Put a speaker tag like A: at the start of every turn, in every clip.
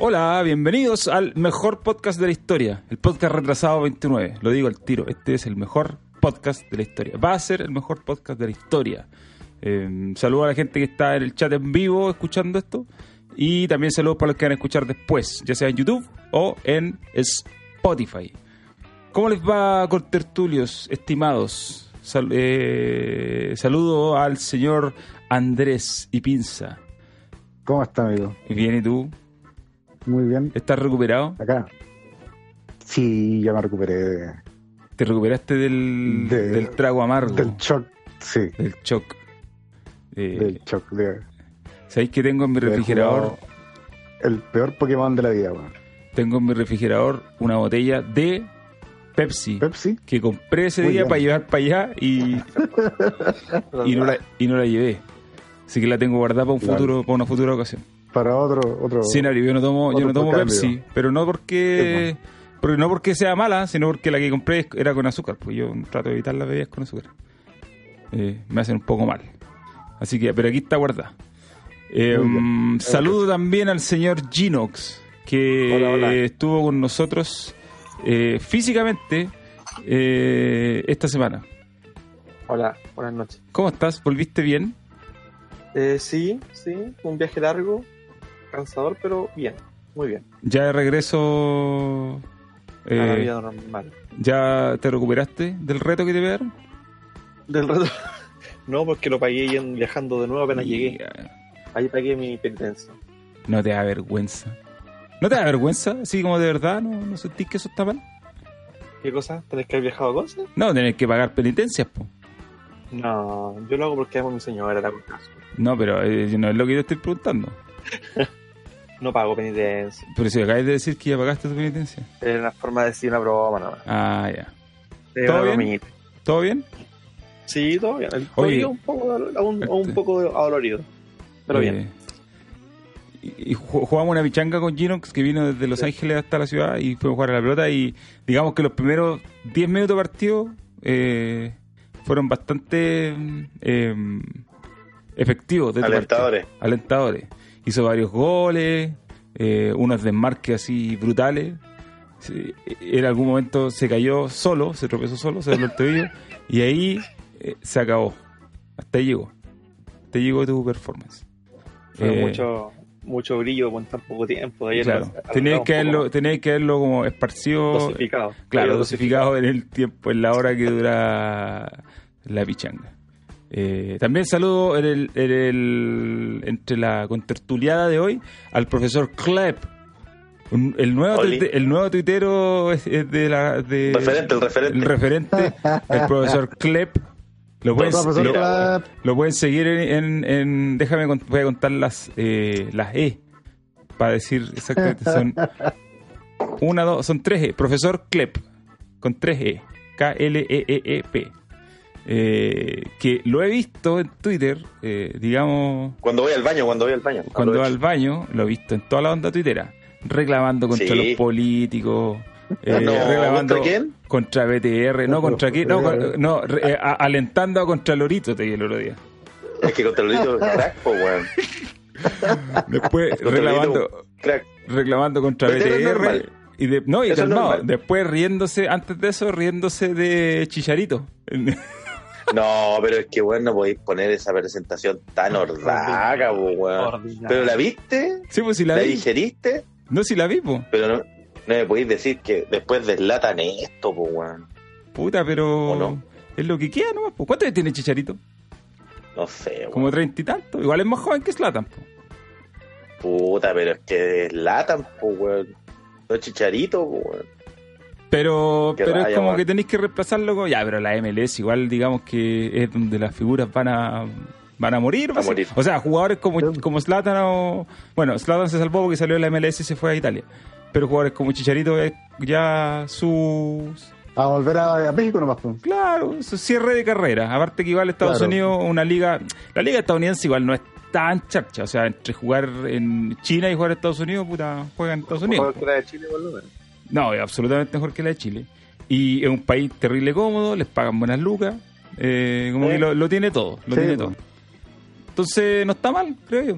A: Hola, bienvenidos al mejor podcast de la historia, el podcast retrasado 29. Lo digo al tiro, este es el mejor podcast de la historia. Va a ser el mejor podcast de la historia. Eh, saludo a la gente que está en el chat en vivo escuchando esto y también saludos para los que van a escuchar después, ya sea en YouTube o en Spotify. ¿Cómo les va, contertulios estimados? Sal- eh, saludo al señor Andrés y Pinza.
B: ¿Cómo está, amigo?
A: Bien, ¿y tú?
B: Muy bien.
A: ¿Estás recuperado?
B: Acá. Sí, ya me recuperé de-
A: ¿Te recuperaste del,
B: De-
A: del trago amargo?
B: del shock. Sí,
A: Del shock. Eh,
B: del shock. De,
A: ¿Sabéis que tengo en mi
B: de haber
A: refrigerador?
B: jugado El peor Pokémon de la vida, weón.
A: Tengo en mi refrigerador una botella de Pepsi.
B: Pepsi.
A: que compré ese
B: Muy
A: día
B: bien.
A: para llevar para allá y, y, no la, y no la llevé. Así que la tengo guardada para, un
B: Claro.
A: futuro, para una futura ocasión.
B: Para otro. otro
A: Sí, Nari, yo no tomo, yo
B: Otro
A: no tomo
B: cambio.
A: Pepsi, pero no porque, porque no porque sea mala, sino porque la que compré es- era con azúcar, pues yo trato de evitar las bebidas con azúcar. Eh, me hacen un poco mal. Así que, pero aquí está guardada. Eh,
B: Muy
A: mm, saludo también al señor Ginox, que
B: Hola, hola.
A: estuvo con nosotros eh, físicamente eh, esta semana.
C: Hola, buenas noches.
A: ¿Cómo estás? ¿Volviste bien?
C: Eh, sí, sí, un viaje largo, cansador, pero bien, muy bien.
A: ¿Ya de regreso?
C: A la
A: eh,
C: vida normal.
A: ¿Ya te recuperaste del reto que te pegaron?
C: Del rato. No, porque lo pagué yendo- viajando de nuevo apenas llegué.
A: Ya.
C: Ahí pagué mi penitencia.
A: No te da vergüenza. ¿No te da vergüenza? Así como de verdad, ¿no, no sentís que eso está mal?
C: ¿Qué cosa? ¿Tenés que haber viajado a Conce?
A: No, tenés que pagar penitencias, po.
C: No, yo lo hago porque amo a mi señora, la conozco.
A: No, pero eh, no es lo que yo estoy preguntando.
C: No pago penitencia.
A: Pero si acabas de decir que ya pagaste tu penitencia.
C: Es una forma de decir una broma nada más.
A: Ah, ya.
C: Es
A: ¿Todo
C: una
A: bien?
C: bromita.
A: ¿Todo bien?
C: Sí, todo bien. El
A: Oye.
C: cuello un poco, aún- aún
A: Este.
C: un poco adolorido. Pero bien.
A: Eh, Y, y ju- jugamos una pichanga con Ginox que vino desde Los
C: Sí.
A: Ángeles hasta la ciudad y fuimos a jugar a la pelota y digamos que los primeros 10 minutos de partido eh, fueron bastante eh, efectivos. de tu
D: Alentadores.
A: partido. Alentadores. Hizo varios goles, eh, unos desmarques así brutales. Sí, En algún momento se cayó solo, se tropezó solo, se dobló el tobillo y ahí eh, se acabó. Hasta ahí llegó. Hasta ahí llegó tu performance.
C: Fue
A: Eh,
C: mucho, mucho brillo con tan poco tiempo. Ayer
A: Claro.
C: nos-
A: Tenías
C: un
A: que,
C: poco
A: verlo,
C: más
A: tenías que verlo como esparcido,
C: dosificado.
A: claro,
C: Ayer
A: dosificado en el tiempo, en la hora que dura la pichanga. Eh, también saludo en el, en el- entre la contertuliada de hoy al profesor Klepp, un- el, nuevo
D: Oli.
A: tuite- el nuevo tuitero es- es de la... De,
D: Referente, el referente.
A: El referente, el profesor Klepp. Lo pueden,
B: Profesor
A: lo-
B: Clap.
A: pues, lo pueden seguir en, en- en- déjame cont- voy a contar las eh, las E para decir exactamente son una dos son tres E profesor Klep con tres E K L E E E P Eh, que lo he visto en Twitter eh, digamos
D: Cuando voy al baño, cuando voy al baño.
A: cuando va
D: Aprovecho.
A: al baño lo he visto en toda la onda tuitera reclamando contra
D: Sí.
A: los políticos eh,
D: No,
A: reclamando
D: ¿contra quién?
A: contra BTR no contra quién no, con- no re- eh, a- alentando a contra Lorito te dije el otro día
D: Es que contra Lolito es crack, po, weón.
A: Después
D: Contra
A: reclamando,
D: Lolito, crack.
A: reclamando contra
D: Pero es
A: BTR.
D: normal.
A: Y de- no, y
D: Eso es
A: calmado.
D: normal.
A: después riéndose, antes de eso, riéndose de Chicharito.
D: No, pero es que, weón, no podéis poner esa presentación tan hordaga, po, weón.
C: ordinario.
D: Pero la viste,
A: sí, pues si la
D: la
A: vi.
D: digeriste,
A: No, si la vi, pues.
D: pero no, no me podéis decir que después deslatan esto, po, weón.
A: Puta, pero.
D: ¿O no?
A: Es lo que queda nomás, pues. ¿Cuánto años tiene Chicharito?
D: No sé, weón.
A: Como treinta y tanto. Igual es más joven que Slatan, pues.
D: Puta, pero es que deslatan, po, weón. No es chicharito, po, weón.
A: Pero,
D: Qué
A: pero es
D: raya,
A: como
D: weón.
A: que tenéis que reemplazarlo con. Ya, pero la MLS igual, digamos que es donde las figuras van a. Van a morir, va a ser-
D: morir.
A: O sea, jugadores como,
B: Sí.
A: como Zlatan o. Bueno, Zlatan se salvó porque salió de la MLS y se fue a Italia. Pero jugadores como Chicharito es ya su.
B: A volver a, a México nomás. pues.
A: Claro, su cierre de carrera. Aparte que igual Estados
B: Claro.
A: Unidos, una liga. La liga estadounidense igual no es tan charcha. O sea, entre jugar en China y jugar en Estados Unidos, puta, juegan en Estados Unidos.
C: Mejor que la de Chile, por lo menos.
A: No, es absolutamente mejor que la de Chile. Y es un país terrible cómodo, les pagan buenas lucas, eh, como
C: Sí.
A: que lo, lo tiene todo, lo
B: Sí,
A: tiene
B: po.
A: todo. Entonces no está mal, creo yo.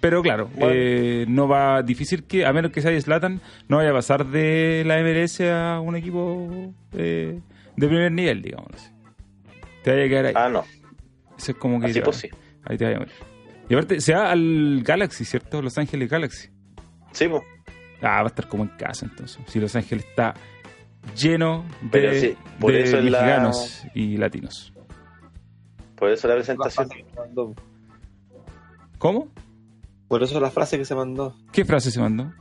A: Pero claro,
C: Bueno.
A: eh, no va difícil que, a menos que sea Slatan, no vaya a pasar de la MLS a un equipo eh, de primer nivel, digamos. así. Te vaya a quedar ahí.
D: Ah, no.
A: Eso es como que
D: Así
A: ya,
D: pues sí.
A: ahí te vaya a morir. Y aparte, se va al Galaxy, ¿cierto? Los Ángeles Galaxy.
D: Sí, pues.
A: Ah, va a estar como en casa entonces. Si Los Ángeles está lleno
D: Pero
A: de,
D: sí, por
A: de
D: eso es la-
A: mexicanos y latinos.
D: Por eso la
C: La
D: presentación.
C: frase que se mandó.
A: ¿Cómo?
C: Por eso la frase que se mandó.
A: ¿Qué frase se mandó?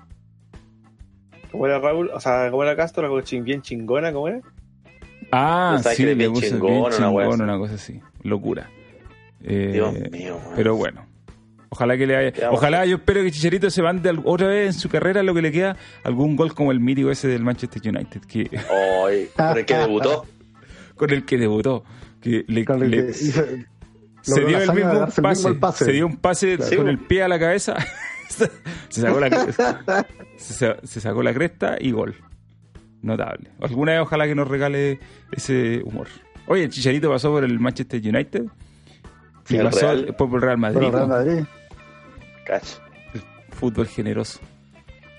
C: Como era Raúl, o sea, como era Castro, la cochín bien chingona, como era.
A: Ah,
D: Los Ángeles
A: sí, le
D: bien
A: puso bien
D: chingón,
A: chingón,
D: una wea así.
A: una cosa así. Locura. Eh,
D: Dios mío, weón.
A: Pero bueno. Ojalá que le haya-
D: Ya,
A: Ojalá yo espero que Chicharito se mande al- otra vez en su carrera lo que le queda algún gol como el mítico ese del Manchester United que,
D: Ay, pero es que debutó.
A: con el que debutó. Que le,
B: Con el
A: le-
B: que hizo-
A: se
B: logró
A: dio
B: la
A: el
B: hazaña de
A: mismo
B: darse el
A: pase,
B: mismo pase.
A: Se dio un pase
D: Claro.
A: con el pie a la cabeza. se, sacó la, cresta. se, sa- se sacó la cresta y gol. Notable. Alguna vez ojalá que nos regale ese humor. Oye, el Chicharito pasó por el Manchester United. Y
D: El
A: pasó
D: Real.
A: después por el Real Madrid.
B: por el Real
A: ¿no?
B: Madrid.
D: Cacho.
A: Fútbol generoso.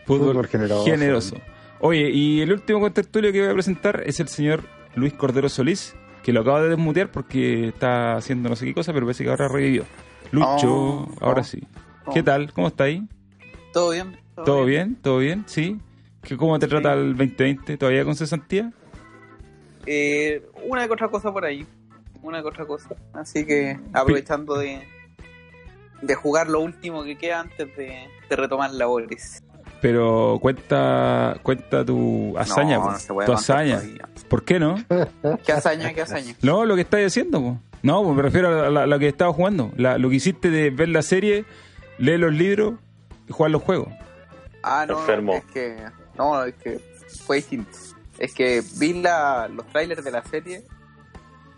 A: Fútbol,
B: Fútbol
A: generoso.
B: generoso.
A: Oye, y el último contertulio que voy a presentar es el señor Luis Cordero Solís, que lo acaba de desmutear porque está haciendo no sé qué cosa, pero parece que ahora revivió. Lucho,
E: Oh,
A: ahora
E: oh,
A: sí. ¿Qué tal? ¿Cómo está ahí?
E: ¿Todo bien?
A: ¿Todo bien? ¿Todo bien? ¿Sí? ¿Qué- ¿Cómo te
E: Sí.
A: trata el 2020? ¿Todavía con cesantía?
E: Eh, una que otra cosa por ahí. Una que otra cosa. Así que aprovechando de, de jugar lo último que queda antes de, de retomar labores.
A: Pero cuenta cuenta tu hazaña,
E: No,
A: po,
E: no se puede
A: tu
E: contar
A: hazaña.
E: todavía.
A: ¿Por qué no?
E: ¿Qué hazaña? ¿Qué hazaña?
A: No, lo que estás haciendo, po. No, pues me refiero a la- lo que estabas jugando. La- lo que hiciste de ver la serie, leer los libros y jugar los juegos.
E: Ah, no,
D: Enfermo.
E: es que... No, es que fue distinto. Es que vi la, los trailers de la serie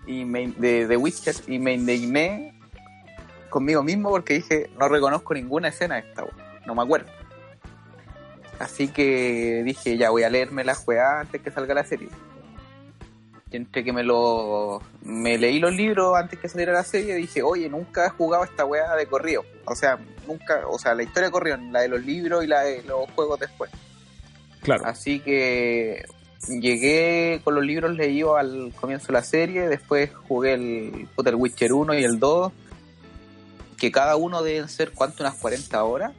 E: y me, de, de Witcher y me indigné conmigo mismo porque dije, no reconozco ninguna escena de esta, weá, no me acuerdo. Así que dije, ya voy a leerme la juega antes que salga la serie. Y entre que me lo me leí los libros antes que saliera la serie, dije, oye, nunca he jugado esta weá de corrido. O sea, nunca, o sea, la historia de corrido, la de los libros y la de los juegos después.
A: Claro.
E: Así que llegué con los libros leídos al comienzo de la serie, después jugué el, puta, el Witcher 1 y el 2, que cada uno deben ser, ¿cuánto? Unas 40 horas.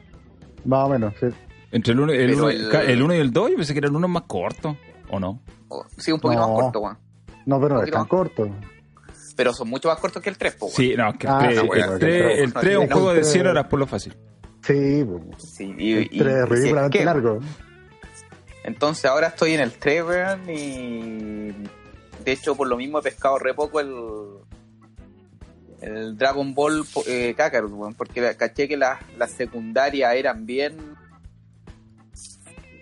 B: Más o menos, sí.
A: Entre el 1 el
E: Pero
A: uno-
E: el-
A: ca- el uno y el 2, yo pensé que eran uno más corto, ¿o no?
E: O- sí, un poquito
B: No.
E: más corto, weón.
B: No, pero no es
E: Poquito
B: tan
E: más.
B: corto.
E: Pero son mucho más cortos que el 3, po, weón.
A: Sí, no, es que el
B: Ah,
A: 3
E: sí, bueno, sí,
A: el
E: no,
A: 3 es un
E: no,
A: juego de
B: no,
A: 100
B: no.
A: horas por lo fácil.
B: Sí, pues,
E: Sí, y,
B: tres,
E: y- y si es
B: ridículamente
E: que-
B: largo.
E: Entonces ahora estoy en el Trevor y de hecho por lo mismo he pescado re poco el, el Dragon Ball eh, Kakarot, weón, porque la- caché que las las secundarias eran bien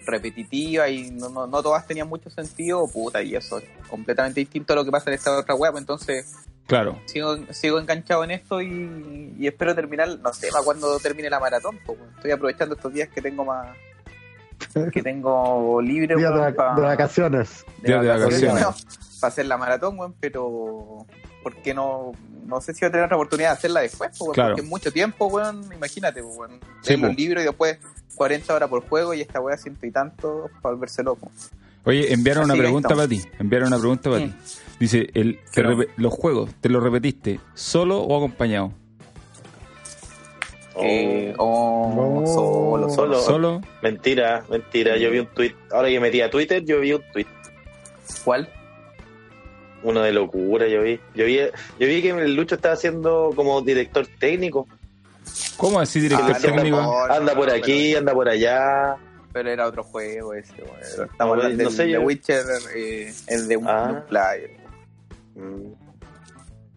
E: repetitivas y no, no- no todas tenían mucho sentido, puta, y eso es completamente distinto a lo que pasa en esta otra web, entonces
A: Claro.
E: sigo, sigo enganchado en esto y, y espero terminar, no sé, para cuando termine la maratón. po, weón. estoy aprovechando estos días que tengo más que tengo libre
B: Día de,
E: weón, pa-
B: vac- de vacaciones.
E: de
A: Día de
E: vacaciones,
A: vacaciones.
E: weón, para hacer la maratón, weón, pero porque no no sé si voy a tener otra oportunidad de hacerla después, po, weón,
A: Claro.
E: porque es mucho tiempo, weón, imagínate, po, weón,
A: Sí,
E: leer los
A: po.
E: libros y después 40 horas por juego y esta weá ciento y tanto para volverse loco.
A: Oye, enviaron
E: Así
A: una
E: que
A: pregunta para
E: estamos.
A: ti. Enviaron una pregunta para
E: Mm.
A: ti. Dice, el, te
E: Pero-
A: repe- los juegos, ¿te los repetiste solo o acompañado?
D: Oh,
E: Eh, oh,
B: No.
E: solo,
D: Solo.
E: solo.
A: ¿Solo?
D: Mentira, mentira. Yo vi un tweet. Ahora que metí a Twitter, yo vi un tweet.
E: ¿Cuál?
D: Uno de locura, yo vi. Yo vi, yo vi que el Lucho estaba haciendo como director técnico.
A: ¿Cómo así, director
E: Ah, no,
A: técnico?
E: no.
D: Anda por aquí, anda por allá.
E: Pero era otro juego ese, weón. Estamos
D: No,
E: hablando
D: no
E: del
D: sé,
E: de
D: yo-
E: Witcher, eh, el de un,
D: Ah.
E: de un player.
D: Mm,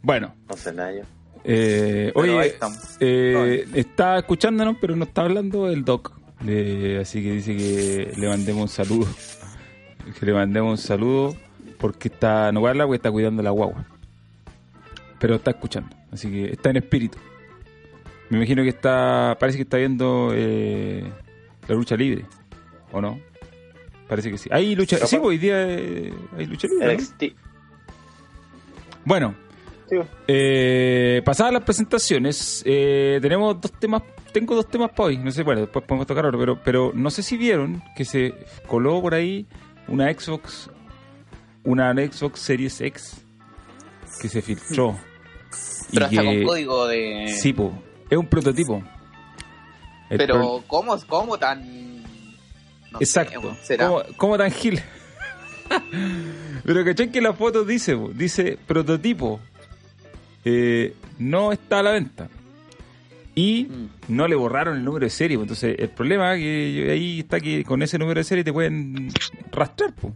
A: Bueno,
D: No sé nada yo.
A: eh,
E: Pero ahí
A: oye,
E: estamos.
A: Eh, está escuchándonos, pero no está hablando el doc. Eh, así que dice que le mandemos un saludo. Que le mandemos un saludo porque está, no va a hablar porque está cuidando la guagua. Pero está escuchando, así que está en espíritu. Me imagino que está, parece que está viendo eh, la lucha libre, ¿o no? Parece que sí. Hay lucha, sí, hoy día eh, hay lucha libre. ¿no?
D: NXT.
A: Bueno,
D: Sí.
A: eh, pasadas las presentaciones, eh, tenemos dos temas tengo dos temas para hoy. No sé, bueno, después podemos tocar ahora, pero, pero no sé si vieron que se coló por ahí una Xbox, una Xbox Series X que se filtró. Y
E: Pero hasta
A: que-
E: con código de.
A: Sí, po, es un prototipo. El pro-
E: Pero, ¿cómo, ¿cómo tan.? no sé,
A: Exacto.
E: weón, será.
A: ¿Cómo, cómo tan gil? Pero cachai que la foto dice, po, dice prototipo. Eh, no está a la venta. Y
E: Mm.
A: no le borraron el número de serie. po. Entonces, el problema que yo- ahí está que con ese número de serie te pueden rastrear. po.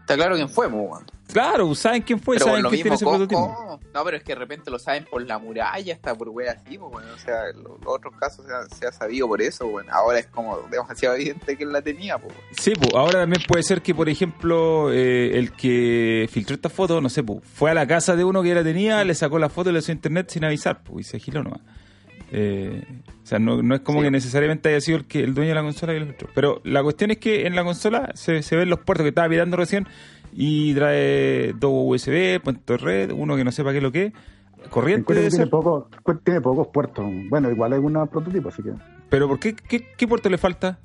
E: Está claro quién fue, mo, weón.
A: Claro, saben quién fue,
E: pero por
A: Pues saben
E: lo
A: quién tiene
E: mismo,
A: ese
E: ¿cómo-
A: prototipo.
E: cómo? No, pero es que de repente lo saben por la muralla, hasta por wea así, po, weón. O sea, en los otros casos se ha, se ha sabido por eso, weón. Ahora es como demasiado evidente que él la tenía, pues. po, weón.
A: Sí, po, ahora también puede ser que, por ejemplo, eh, el que filtró esta foto, no sé, po, fue a la casa de uno que ya la tenía, le sacó la foto y le hizo internet sin avisar, po, y se agiló nomás. Eh, o sea, no, no es como
E: Sí.
A: que necesariamente haya sido el, que, el dueño de la consola que lo filtró. Pero la cuestión es que en la consola se, se ven los puertos que estaba mirando recién y trae dos USB, puerto red, uno que no sepa qué es lo que es, corriente
B: Encuentro
A: debe
B: que tiene,
A: ser.
B: poco, tiene pocos puertos. Bueno, igual hay una prototipo, así que.
A: Pero ¿por qué, qué, qué puerto le falta?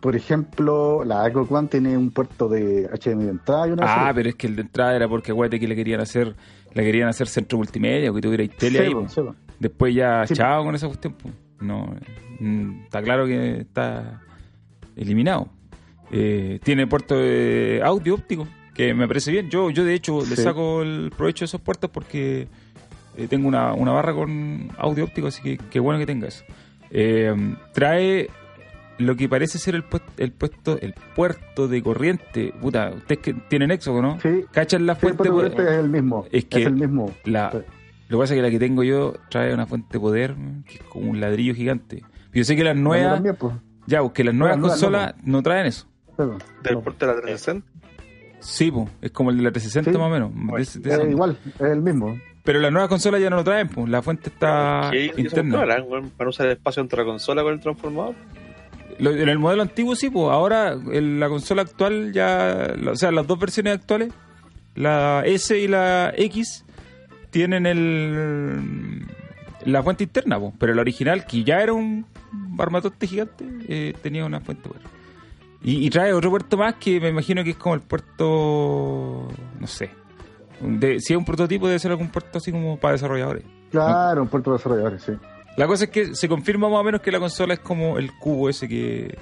B: Por ejemplo, la Xbox One tiene un puerto de HDMI de entrada y una
A: Ah,
B: de salida.
A: pero es que el de entrada era porque acuérdate que le querían hacer, le querían hacer centro multimedia, que tuviera tele ahí. pues.
B: Sí,
A: po.
B: sí, po.
A: Después ya
B: Sí.
A: chao con esa cuestión. po. No, eh, mm, está claro que está eliminado. Eh, tiene puerto de audio óptico, que me parece bien. Yo, yo de hecho le
B: Sí.
A: saco el provecho de esos puertos porque eh, tengo una, una barra con audio óptico, así que qué bueno que tenga eso. Eh, trae lo que parece ser el, puest- el puesto, el puerto de corriente. Puta, ustedes que tienen Xbox, ¿no?
B: Sí,
A: ¿Cachan la
B: sí, el
A: fuente?
B: puerto de
A: por-
B: corriente es el mismo.
A: Es
B: Es,
A: que-
B: el mismo.
A: la,
B: Sí.
A: Lo que pasa es que la que tengo yo trae una fuente de poder mm, que es como un ladrillo gigante. Yo sé que las
B: La mía
A: nuevas,
B: también, pues.
A: ya, pues, que las nuevas
B: nuevas
A: consolas no traen eso.
B: Sí, po. Eh,
C: Del
B: No,
C: puerto de la 360.
A: Sí, pues, es como el de la 360
B: Sí.
A: más o menos. de ese- de
B: es
A: esa onda.
B: igual, es el mismo.
A: Pero las nuevas consolas ya no lo traen, pues, la fuente está
C: ¿Qué- qué son
A: interna.
C: caras, weón? ¿Para usar el espacio entre la consola con el transformador?
A: Lo- en el modelo antiguo sí, pues ahora en la consola actual ya, la- o sea, las dos versiones actuales, la S y la X, tienen el la fuente interna, pues, pero la original, que ya era un armatoste gigante, eh, tenía una fuente bueno. Y, y trae otro puerto más que me imagino que es como el puerto, no sé, de- si es un prototipo debe ser algún puerto así como para desarrolladores.
B: Claro, un puerto de desarrolladores, sí.
A: La cosa es que se confirma más o menos que la consola es como el cubo ese que...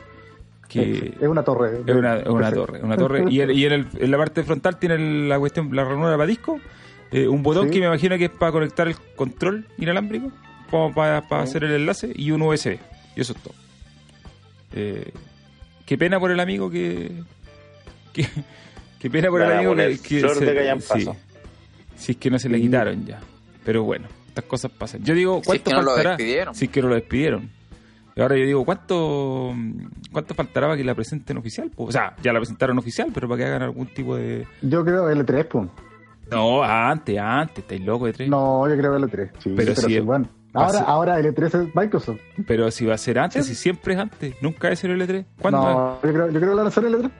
A: que
B: Es una torre.
A: es una, es una
B: Perfecto.
A: torre, una torre. Y, el- y en, el- en la parte frontal tiene el- la cuestión, la ranura para disco, eh, un botón
B: Sí.
A: que me imagino que es para conectar el control inalámbrico, como para, para
C: Sí.
A: hacer el enlace, y un USB. Y eso es todo. Eh, qué pena por el amigo que. que qué pena por
D: Van
A: el
D: a
A: amigo que.
D: poner flor de callampazo.
A: sí. si es que no se le
B: Sí.
A: quitaron ya. Pero bueno, estas cosas pasan. Yo digo,
E: Si es
A: ¿cuánto
E: que no lo
A: faltará?
E: despidieron.
A: Si es que no lo despidieron. Y ahora yo digo, ¿cuánto, ¿cuánto faltará para que la presenten oficial? po? O sea, ya la presentaron oficial, pero para que hagan algún tipo de...
B: Yo creo L3, pues.
A: No, antes, antes, estáis locos de tres.
B: No, yo creo L3. Sí,
A: Pero si es-
B: bueno.
A: va a
B: Ahora,
A: ser-
B: ahora L3 es Microsoft.
A: Pero si va a ser antes, si siempre es antes, nunca es el L3. ¿Cuándo?
B: No, yo creo, yo creo que la lanzar L3. Yo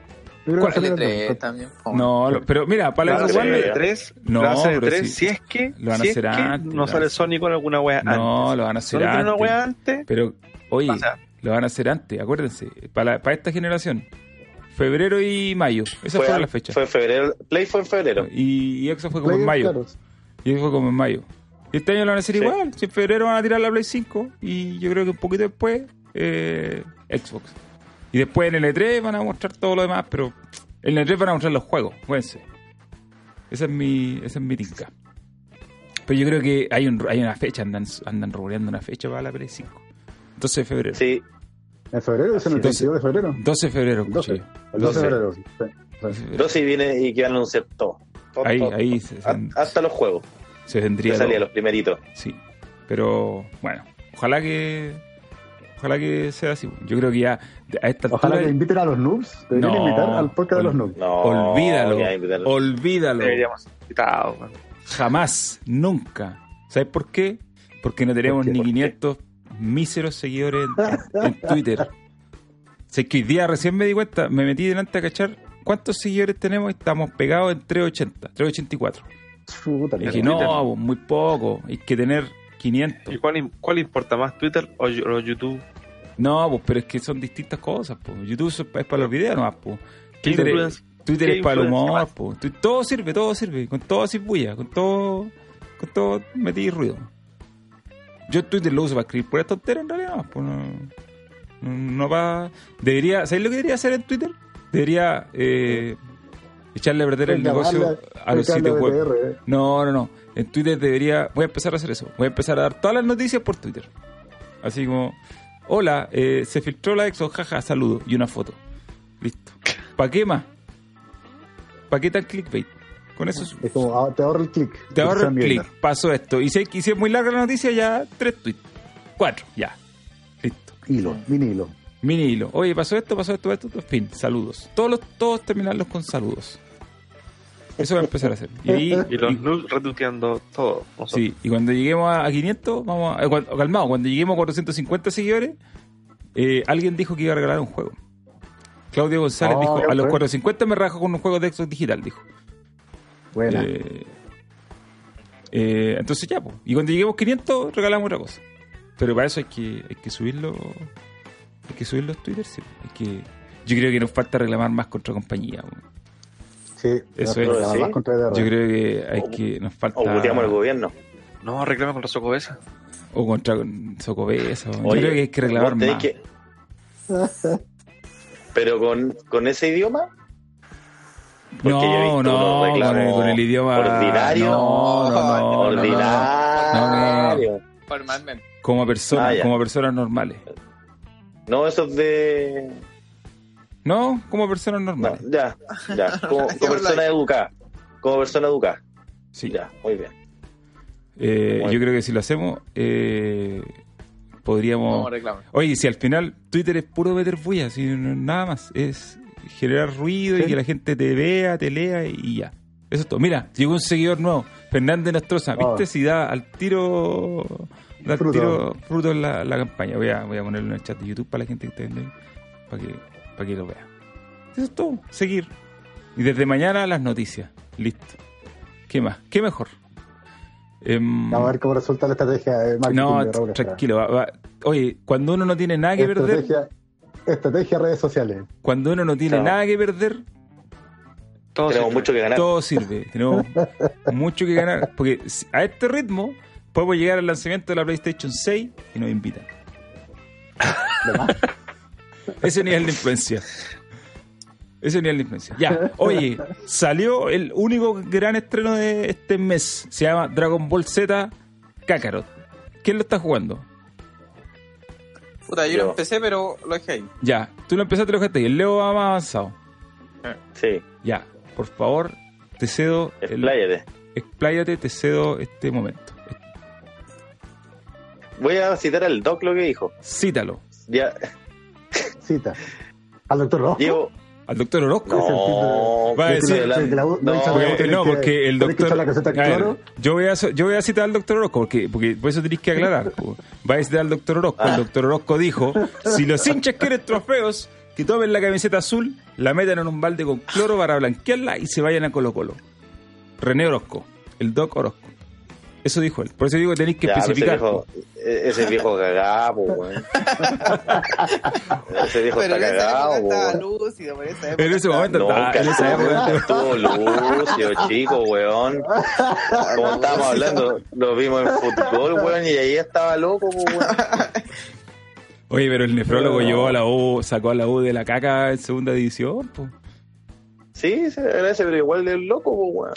A: ¿Cuál?
B: creo que
A: E
B: va a ser
E: L3 también, po, weón.
A: No, lo- pero mira, para la
C: La
D: Claro,
A: Xbox
D: sí.
C: de
A: One-
C: 3,
A: No,
C: la hace de
A: pero
C: 3,
A: sí.
C: si es que,
A: Lo van a
C: si
A: hacer
C: es que
A: antes, lo
C: no
A: van
C: sale
A: a-
C: Sony con alguna wea antes.
A: No, lo van a hacer
C: Sony tiene una
A: antes.
C: wea antes.
A: Pero, oye,
C: O sea,
A: lo van a hacer antes, acuérdense. Para, la- para esta generación, febrero y mayo. Esas
D: Fue,
A: fueron
D: al-
A: las fechas.
D: fue en febrero. Play fue en febrero.
A: Eh, Y, y eso fue como
B: Play,
A: en mayo.
B: claro.
A: Y eso fue como en mayo. Y este año lo van a hacer
D: Sí.
A: igual. Si en febrero van a tirar la Play 5 y yo creo que un poquito después eh, Xbox. Y después en el E3 van a mostrar todo lo demás, pero en el E3 van a mostrar los juegos, acuérdense. Esa es mi, esa es mi tinca. Pero yo creo que hay, un, hay una fecha, andan, andan rumoreando una fecha para la Play 5. 12 de febrero.
D: Sí,
B: En febrero, dicen el
A: Entonces-
B: 22 de febrero.
A: 12 de febrero, escuché
B: 12.
A: yo.
B: El 12 de
D: Doce.
B: febrero. sí. Sí.
D: 12 y viene y que van a anunciar todo. Todo,
A: Ahí,
D: todo,
A: ahí
D: todo.
A: se,
D: Ha- Hasta los juegos.
A: se
D: Que
A: vendría.
D: salían
A: lo-
D: los primeritos.
A: Sí. Pero bueno, ojalá que ojalá que sea así. Yo creo que ya a esta
B: Ojalá que
A: altura
B: inviten a los noobs. Deberían
A: No.
B: invitar al podcast de los noobs.
D: No,
A: olvídalo,
D: ya, invitar-
A: olvídalo.
C: deberíamos quitado, weón.
A: Jamás, nunca. ¿Sabes por qué? Porque no tenemos
B: qué?
A: ni
D: ¿Por qué?
A: 500 míseros seguidores en, en Twitter. Sé que hoy día recién me di cuenta, me metí delante a cachar cuántos seguidores tenemos y estamos pegados en 380, 384.
B: Puta,
A: Y
B: la
A: dije,
B: madre.
A: no, muy poco, hay que tener 500.
F: ¿Y cuál, im- cuál importa más, Twitter o, yo- o YouTube?
A: No, pues, pero es que son distintas cosas, pues. YouTube es pa- es para los videos nomás, pues.
F: ¿Qué
A: Twitter es,
F: influencia-
A: Twitter
F: qué
A: es para el
F: influencia
A: humor,
F: más?
A: pues. Tu- Todo sirve, todo sirve. Con todo así bulla, con todo, con todo metí ruido. Yo Twitter lo uso para escribir pura tontera en realidad, nomás, pues. No, no va... Debería... ¿Sabéis lo que debería hacer en Twitter? Debería eh, echarle a perder el negocio a los sitios web. No, no, no. En Twitter debería. Voy a empezar a hacer eso. Voy a empezar a dar todas las noticias por Twitter. Así como: Hola, eh, se filtró la Exo, jaja, saludo. Y una foto. Listo. ¿Para qué más? ¿Para qué tan clickbait? Con eso es-
B: Es como, ah, te ahorro el clic.
A: te ahorro el
B: Sam Gellner.
A: click. Pasó esto. Y si, y si es muy larga la noticia, ya tres tweets. Cuatro, ya. Listo.
B: Hilo, mini hilo.
A: Mini hilo. Oye, pasó esto, pasó esto, esto, esto. Fin, saludos. Todos, los, todos terminarlos con saludos. Eso voy a empezar a hacer. Y ahí.
F: Y los
A: y-
F: noobs retuiteando todo. nosotros.
A: Sí, y cuando lleguemos a a 500, vamos a, eh, cuan- calmado, cuando lleguemos a 450 seguidores, eh, alguien dijo que iba a regalar un juego. Claudio González
B: Oh,
A: dijo,
B: ya
A: a los
B: fue.
A: 450 me rajo con un juego de Xbox digital, dijo.
B: Buena.
A: Eh, eh, entonces ya, pues. y cuando lleguemos a 500, regalamos otra cosa. Pero para eso hay que, hay que subirlo, hay que subir los Twitter, sí. Hay que, yo creo que nos falta reclamar más contra compañía. weón.
B: sí,
A: eso
B: no,
A: es.
B: nada más
D: Sí.
B: contra DDR.
A: Yo creo que hay
D: O-
A: que nos falta...
D: O puteamos al gobierno.
F: No, reclama con la socobesa.
A: O contra Socobesa. Yo
D: Oye,
A: creo que hay que reclamar
D: vos tenés
A: más.
D: que- Pero con, con ese idioma. Porque yo he
A: No,
D: visto
A: no,
D: unos
A: con el,
D: reclamos
A: con el idioma
D: ordinario.
A: Ah, No, no, no,
E: no, no.
D: ordinario. No,
E: Formalmente.
A: Como personas,
D: Ah, ya.
A: como personas normales.
D: esos de.
A: No, como personas
D: No,
A: normales.
D: ya, ya. Como, como persona educada. Como persona educada.
A: Sí.
D: Ya, muy bien.
A: Eh,
D: Bueno.
A: Yo creo que si lo hacemos, eh, podríamos.
E: Como reclamo.
A: Oye, si al final Twitter es puro meter bulla, si no- nada más, es generar ruido y que la gente te vea, te lea y ya. Eso es todo. Mira, llegó un seguidor nuevo, Fernández Nostroza. ¿Viste
B: Ah.
A: si da al tiro da al
B: Fruto.
A: tiro fruto en la, la campaña? Voy a, voy a ponerlo en el chat de YouTube para la gente que esté viendo ahí, para que, para que lo vea. Eso es todo, seguir. Y desde mañana las noticias. Listo. ¿Qué más? ¿Qué mejor? Em,
B: Vamos a ver cómo resulta la estrategia de marketing
A: no,
B: de Raúl Estrada.
A: tranquilo. va- va. Oye, cuando uno no tiene nada que perder,
B: Estrategia, estrategia redes sociales.
A: cuando uno no tiene
D: Claro.
A: nada que perder,
F: Todo
D: Tenemos
F: sirve.
D: mucho que ganar.
A: todo sirve. Tenemos mucho que ganar. Porque si- a este ritmo podemos llegar al lanzamiento de la PlayStation 6 y nos invitan. Ese nivel de influencia. Ese nivel de influencia. Ya, oye, salió el único gran estreno de este mes. Se llama Dragon Ball Z Kakarot. ¿Quién lo está jugando?
E: Puta, yo
D: Yo.
E: lo empecé, pero lo dejé ahí.
A: Ya, tú lo empezaste, lo dejaste ahí. El Leo va más avanzado.
D: Sí,
A: Ya, por favor, te cedo. el-
D: expláyate.
A: Expláyate, te cedo este momento.
D: Voy a citar al doc lo que dijo.
A: Cítalo.
D: Ya,
B: Cita. Al doctor Rojo.
D: llevo.
A: Al doctor Orozco.
D: No,
A: Va a
D: que
A: decir-
D: te la-
B: que te la- no,
D: no,
B: chaval,
A: Porque-
B: tenés
A: no,
B: que-
A: porque el
B: tenés que
A: doctor.
B: echar la caseta en
A: A ver,
B: claro.
A: yo, voy a, so- yo voy a citar al doctor Orozco, porque, porque por eso tenéis que aclarar. po. Va a citar al doctor Orozco.
D: Ah.
A: El doctor Orozco dijo: si los hinchas quieren trofeos, que tomen la camiseta azul, la metan en un balde con cloro para blanquearla y se vayan a Colo Colo. René Orozco, el doc Orozco. Eso dijo él. Por eso digo que tenéis que
D: Ya, pero
A: especificar. po.
D: Ese viejo, ese viejo cagado, weón. ese viejo
E: Pero
D: está
E: en esa
D: cagado,
E: época estaba
D: weón.
E: lúcido, por esa época
A: En ese
E: estaba-
A: momento,
D: No,
A: estaba- en esa época-
D: estuvo lúcido, chico, weón. Como estábamos hablando, lo vimos en fútbol, weón, y ahí estaba loco, po, weón.
A: Oye, pero el nefrólogo
D: No.
A: llevó a la U, sacó a la U de la caca en segunda división. po.
D: Sí, se agradece, pero igual de loco, po, weón.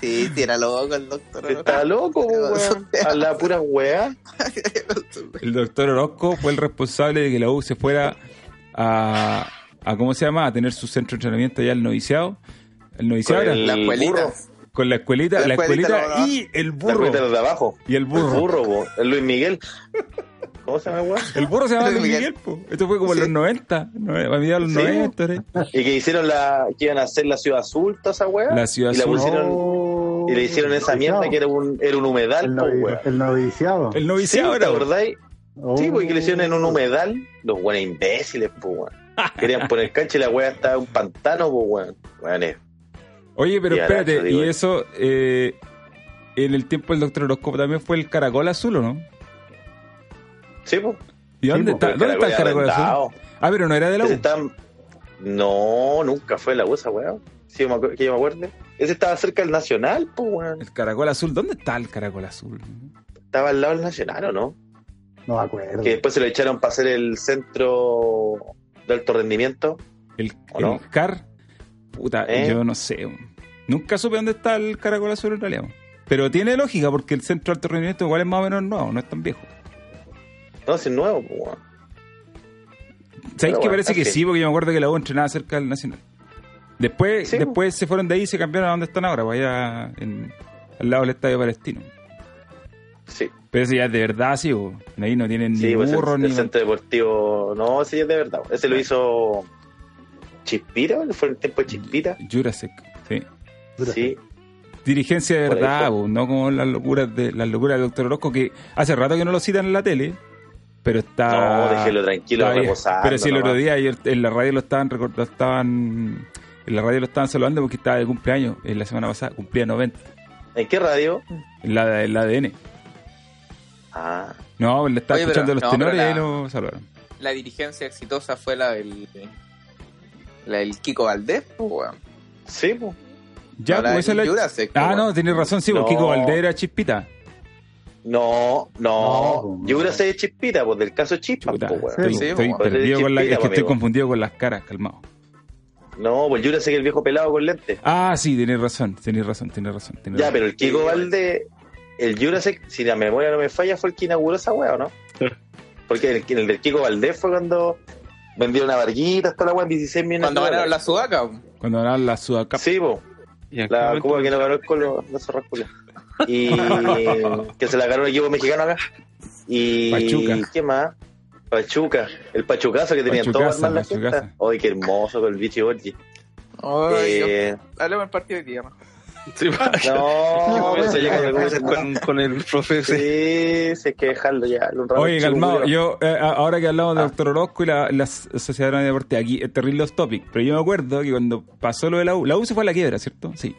E: Sí, sí, era loco el doctor.
D: Sí, Estaba loco, po, weón. A la pura weá.
A: El doctor Orozco fue el responsable de que la U se fuera a, a ¿cómo se llama? A tener su centro de entrenamiento allá el noviciado. El noviciado
D: Con
A: era-
D: el
E: La
D: burro.
E: escuelita.
A: con la escuelita, la,
E: La
A: escuelita,
E: escuelita lo-
A: y el
D: La
A: burro.
D: cuenta de los de abajo.
A: Y el burro.
D: El burro, po. El Luis Miguel. ¿Cómo se llama, weón?
A: El burro se llamaba
E: Luis
A: Luis Miguel,
E: Miguel.
A: po. Esto fue como en
E: Sí.
A: los 90, no, a mediados de los
D: Sí.
A: 90. ¿eh?
D: Y que hicieron la. que iban a hacer la ciudad azul, toda esa weá.
A: La Ciudad
D: y la
A: Azul.
D: pusieron-
B: No.
D: y le hicieron esa mierda que era un, era un humedal,
B: El,
D: po,
B: novi-
D: weón.
B: el noviciado.
A: El
D: Sí,
A: noviciado
D: ¿te
A: era. po.
D: acordáis? Sí,
B: Oh.
D: porque le hicieron en un humedal. Los buenos imbéciles, pues, weón. Querían poner cancha y la weá estaba en un pantano, pues, weón. Weón, eh,
A: Oye, pero
D: Y Aracho,
A: espérate,
D: digo
A: y
D: yo.
A: eso, eh, en el tiempo del Doctor Horóscopo también fue el caracol azul, ¿o no?
D: Sí, pues.
A: ¿Y dónde,
D: po,
A: está,
D: el
A: dónde está el
D: caracol
A: caracol
D: aventado.
A: azul? Ah, pero no era de la U.
D: Ese está- No, nunca fue la USA, weón. Sí, yo me acuer- que yo me acuerde. Ese estaba cerca del Nacional, pues, weón.
A: El caracol azul, ¿dónde está el caracol azul?
D: Estaba al lado del Nacional, ¿o no?
B: No me acuerdo.
D: Que después se lo echaron para hacer el centro de alto rendimiento.
A: El,
D: ¿O no?
A: el car. Puta,
D: ¿Eh?
A: yo no sé. Nunca supe dónde está el caracol azul en realidad. Pero tiene lógica porque el centro de alto rendimiento igual es más o menos nuevo, no es tan viejo.
D: No, si es nuevo, pues, weón.
A: ¿Sabéis
D: Pero
A: que
D: bueno,
A: parece
D: en
A: que
D: fin.
A: sí? Porque yo me acuerdo que la U entrenaba cerca del Nacional. Después,
D: Sí,
A: después se fueron de ahí y se cambiaron a donde están ahora, pues allá en- al lado del Estadio Palestino.
D: Sí,
A: Pero ese ya es de verdad, sí, bo. ahí no tienen
D: sí,
A: ni
D: pues, el-
A: burro
D: el,
A: ni... Ah.
D: centro deportivo. No, sí, es de verdad. Ese lo hizo Chispira, fue el tiempo de Chispira.
A: Jurassic, sí.
D: Sí,
A: Dirigencia de
D: Por ahí
A: verdad,
D: fue.
A: bo, no como las locuras de las locuras del doctor Orozco, que hace rato que no lo citan en la tele, pero está...
D: no, déjelo tranquilo,
A: Ah. Está bien.
D: reposando.
A: Pero si el otro
D: nomás.
A: día ayer en la radio lo estaban recor- lo estaban en la radio lo estaban saludando porque estaba de cumpleaños, eh, la semana pasada cumplía 90,
D: ¿En qué radio?
A: en la el ADN.
D: Ah,
A: No, le estaba
E: Oye, pero-
A: escuchando
E: no,
A: los tenores
E: pero
A: y ahí
E: la-
A: lo saludaron.
E: La dirigencia exitosa fue la del, la del Kiko Valdés, pues, weón.
D: sí, pues.
A: Ya,
E: No, la
A: pues esa
E: del
A: es la-
E: Jurassic, pues,
A: Ah,
E: weón.
A: no, tenés razón, sí, porque
D: No.
A: Kiko Valdés era chispita.
D: No, no.
B: No,
D: Yo hubiera sido Chispita, pues del caso Chispa,
A: Puta,
D: pues, weón.
A: estoy,
E: Sí,
A: estoy
E: pues,
A: perdido
D: eres
A: con la- es
D: chispita,
A: que estoy
D: amigo.
A: confundido con las caras, calmado.
D: No, pues yo le sé que el viejo pelado con lente.
A: Ah, sí, tenés razón, tenés razón, tenés razón. tenés
D: Ya,
A: razón.
D: pero el Kiko Valde, el Jurassic, si la memoria no me falla, fue el que inauguró esa weá, ¿o ¿no? Porque el, el del Kiko Valdés fue cuando vendieron una varguita hasta la weá en 16 millones
E: Cuando
D: de
E: ganaron la
D: dólares.
E: sudaca, weón.
A: Cuando ganaron la Sudacap.
D: Sí, po,
F: Y en
D: la
F: qué
D: Copa
F: momento-
D: que no ganó el Colo, la zorra culia. Y que se la ganó el equipo mexicano acá. Y
A: Pachuca.
D: ¿qué más? Pachuca, el pachucazo que tenían todos
A: Pachucaza,
D: armar la
A: pachucaza.
D: fiesta. Ay, qué hermoso con el bichi Borgi.
E: Ay, Dios.
D: Eh,
E: Hablemos del partido de hoy día, ¿no?
F: Sí,
D: No,
F: pues,
D: eso ya
F: con-
D: que-
F: con, con el profe ese.
D: Sí, sí, hay que dejarlo ya. un rato
A: Oye,
D: chico,
A: calmado,
D: culiao.
A: yo, eh, a- ahora que hablamos de
D: Ah.
A: Doctor Orozco y la, la s- Sociedad Anónima Deportiva, aquí es terrible los topics, pero yo me acuerdo que cuando pasó lo de la U, la U se fue a la quiebra, ¿cierto? Sí.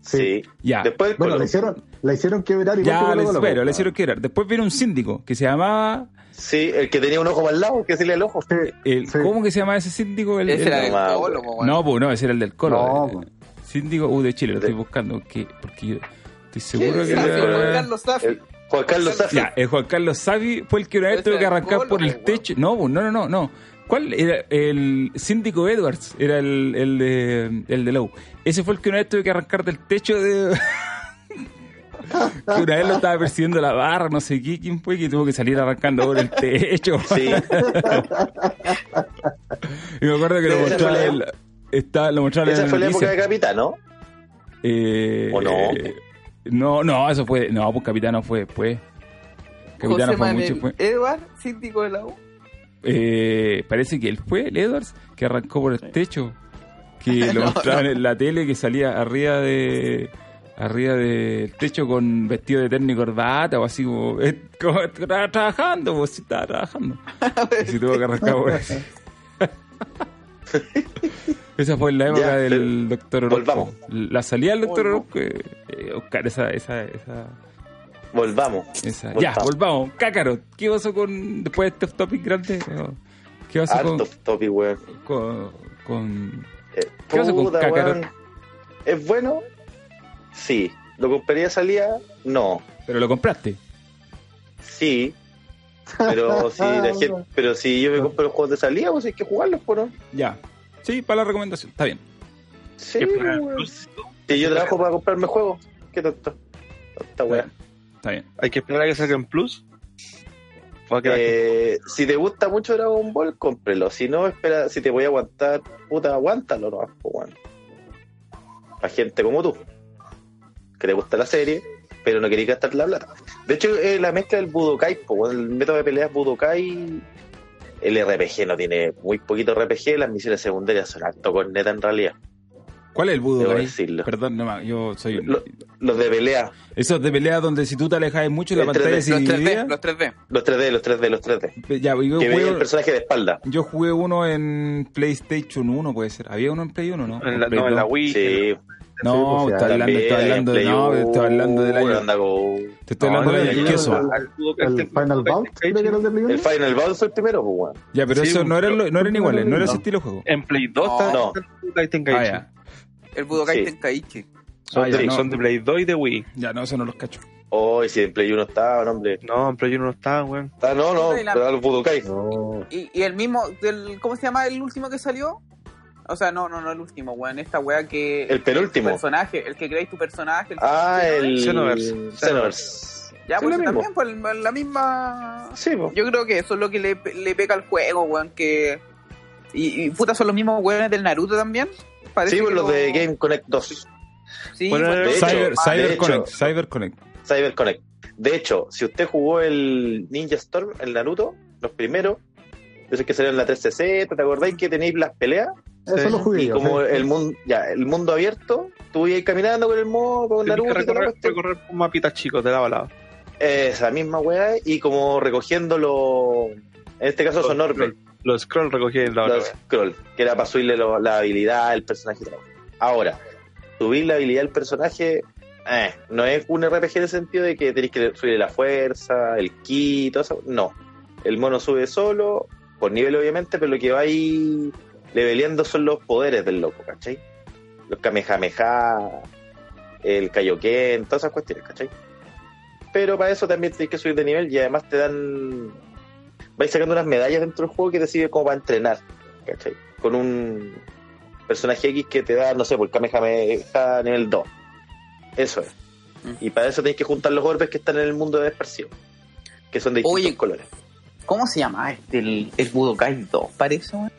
D: Sí.
A: Ya.
D: Después del
B: Bueno,
D: Colo.
B: la hicieron, la hicieron quebrar igual
A: ya,
B: que
A: le,
B: Colo-Colo,
A: pero, le
B: pues.
A: hicieron quiebrar. Después vino un síndico que se llamaba.
D: Sí, el que tenía un ojo para el lado, que se le el ojo.
B: Sí,
A: El,
B: sí.
A: ¿Cómo que se llamaba ese síndico? El-
E: Ese
A: el-
E: era el
D: no,
E: Colo, pues, weón.
A: No, pues no, ese era el del Colo.
B: No, pues.
A: Síndico U de Chile, lo
D: De-
A: estoy buscando que, porque yo estoy
E: ¿Qué?
A: seguro que.
E: Safi, Juan
A: era-
E: Carlos Safi.
D: El- Juan Carlos Safi.
A: Ya, el Juan Carlos Savi fue el que una vez
E: Ese
A: tuvo que
E: era el
A: arrancar
E: Colo,
A: por el
E: weón.
A: techo. No, bu, no, no, no, no. ¿Cuál era? El síndico Edwards era el, el, de, el de la U. Ese fue el que una vez tuve que arrancar del techo de... que una vez lo estaba persiguiendo la barra, no sé qué, quién fue que tuvo que salir arrancando por el techo.
D: Sí,
A: Y me acuerdo que lo
D: Esa
A: mostraron
D: fue la-
A: en la- está- lo mostraron en
D: esa
A: la
D: fue la época
A: noticia.
D: de Capitán, ¿no?
A: Eh,
D: ¿O no?
A: eh, no, no, eso fue... No, pues Capitano fue después. Capitano
E: José
A: fue mucho
E: Manuel
A: después.
E: Edward, síndico de la U.
A: Eh, parece que él fue, el Edwards, que arrancó por el techo. Que lo mostraban en la tele que salía arriba de arriba del techo con vestido de terno y corbata o así como, eh, como estaba trabajando, pues sí estaba trabajando. Y se tuvo que arrancar por eso. Esa fue la época
D: Ya,
A: del doctor Orozco.
D: volvamos.
A: La salida del doctor
E: Volvamos.
A: Orozco. eh, eh, Oscar, esa, esa, esa,
D: Volvamos.
A: esa. Ya,
D: Volvamos.
A: volvamos. Cácaro, ¿qué pasó con. después de este topic grande? no? ¿Qué pasó con,
D: Harto topic, weón.
A: con, con-
D: Eh,
A: ¿Qué hace con
D: puta,
A: Kakarot?
D: weón. ¿Es bueno? Sí. ¿Lo compraría salida? No.
A: Pero lo compraste.
D: Sí. Pero si, la gente- pero si yo me compro los juegos de salida, pues hay que jugarlos, por ¿no?
A: Ya. Sí, para la recomendación. Está bien.
D: Sí,
F: Que para el
D: weón.
F: plus
D: Si yo trabajo para comprarme juegos. Qué tonto. Esta weá.
A: Está bien.
F: Hay que esperar a que salga en Plus. O a que la gente-
D: Eh, si te gusta mucho Dragon Ball, cómprelo. Si no, espera, si te voy a aguantar, puta, aguántalo, no, po, weón. A gente como tú, que te gusta la serie, pero no querías gastar la plata. De hecho, eh, la mezcla del Budokai, po, weón, el método de peleas Budokai, el RPG no tiene muy poquito RPG, las misiones secundarias son alto corneta en realidad,
A: ¿Cuál es el budo
D: debo
A: ahí?
D: decirlo.
A: Perdón, no más, yo soy un...
D: Lo- Los de pelea,
A: Esos de pelea donde si tú te alejas mucho la
D: El
A: pantalla
D: 3D,
A: se
E: Los
A: dividía.
E: 3D, los 3D.
D: los 3D, los 3D, los 3D.
A: Ya, yo
D: Que veía el
A: jugué,
D: personaje de espalda.
A: yo jugué uno en PlayStation 1, puede ser. Había uno en Play 1, ¿no?
F: en la,
A: Play
F: no, en la
A: 2.
F: Wii.
D: Sí,
A: No,
B: o sea,
A: está hablando, está hablando, de- no, está hablando del año. Te estoy hablando
B: no,
A: del
B: ya,
A: año
B: ya,
A: queso.
B: ya. El Final Bout, creo que era el de Play
D: El
B: uno.
D: Final Bout fue el primero, pues, weón.
A: Ya, pero
F: Sí,
A: eso no eran, lo- no eran iguales, no era ese
B: no.
A: estilo de juego.
F: En Play 2
E: No.
F: está
D: No.
F: está el Budokai Tenkaichi.
A: Ah, ya.
E: El Budokai
D: Sí.
E: Tenkaichi.
F: Son,
A: Ah, ya,
F: de,
A: no.
F: son de Play 2 y de Wii.
A: Ya, no, eso no los cacho.
D: Oh, y si en Play 1 estaba, no, hombre.
F: No, en Play 1 no está, weón.
D: Ah, no, no,
E: Sí, la-
D: pero el Budokai.
B: No,
E: Y, y el mismo, del, ¿cómo se llama el último que salió? O sea, no, no, no el último, weón. Esta weá que.
D: El penúltimo.
E: personaje, el que creáis tu personaje. el-
D: Ah, el.
F: Xenoverse.
D: Xenoverse.
E: ya,
D: Sí,
E: pues
D: lo mismo.
E: también, pues el- la misma.
D: Sí, pues.
E: Yo creo que eso es lo que le, le peca al juego, weón. Que. Y, y, puta, son los mismos weones del Naruto también. Parece
D: Sí, pues
E: que
D: los
E: lo-
D: de Game Connect 2.
E: Sí,
F: Bueno,
E: pues,
F: de hecho,
A: Cyber,
D: ah, de
A: Cyber
D: hecho.
A: Connect, Cyber Connect.
D: Cyber Connect. De hecho, si usted jugó el Ninja Storm, el Naruto, los primeros, esos que salieron en la 360, ¿te acordáis que tenéis las peleas?
B: eso lo jugué
D: Y
B: yo,
D: como
B: sí.
D: el mundo, ya, el mundo abierto, tú ibas caminando con el modo, con
F: Tenés que
D: Naruto y toda la
F: recorrer,
D: cuestión.
F: recorrer por mapitas chicos de la balada.
D: Esa misma weá, y como recogiendo los. En este caso son orbes,
F: Los scrolls recogí en la
D: los
F: balada.
D: scroll, que era para subirle lo- la habilidad al personaje. y todo. Ahora, subir la habilidad al personaje eh, no es un RPG en el sentido de que tenéis que subirle la fuerza, el ki, todo eso. No. El mono sube solo, por nivel obviamente, pero lo que va ahí leveleando son los poderes del loco, ¿cachai? Los Kamehameha, el Kaioken, todas esas cuestiones, ¿cachai? Pero para eso también tienes que subir de nivel y además te dan. Vais sacando unas medallas dentro del juego que te sirve como para entrenar, ¿cachai? Con un personaje X que te da, no sé, por Kamehameha nivel 2. Eso es.
E: Mm.
D: Y para eso tenés que juntar los orbes que están en el mundo de dispersión, que son de distintos
E: Oye.
D: colores.
E: ¿Cómo se llama este? El, el Budokai 2, parece, weón.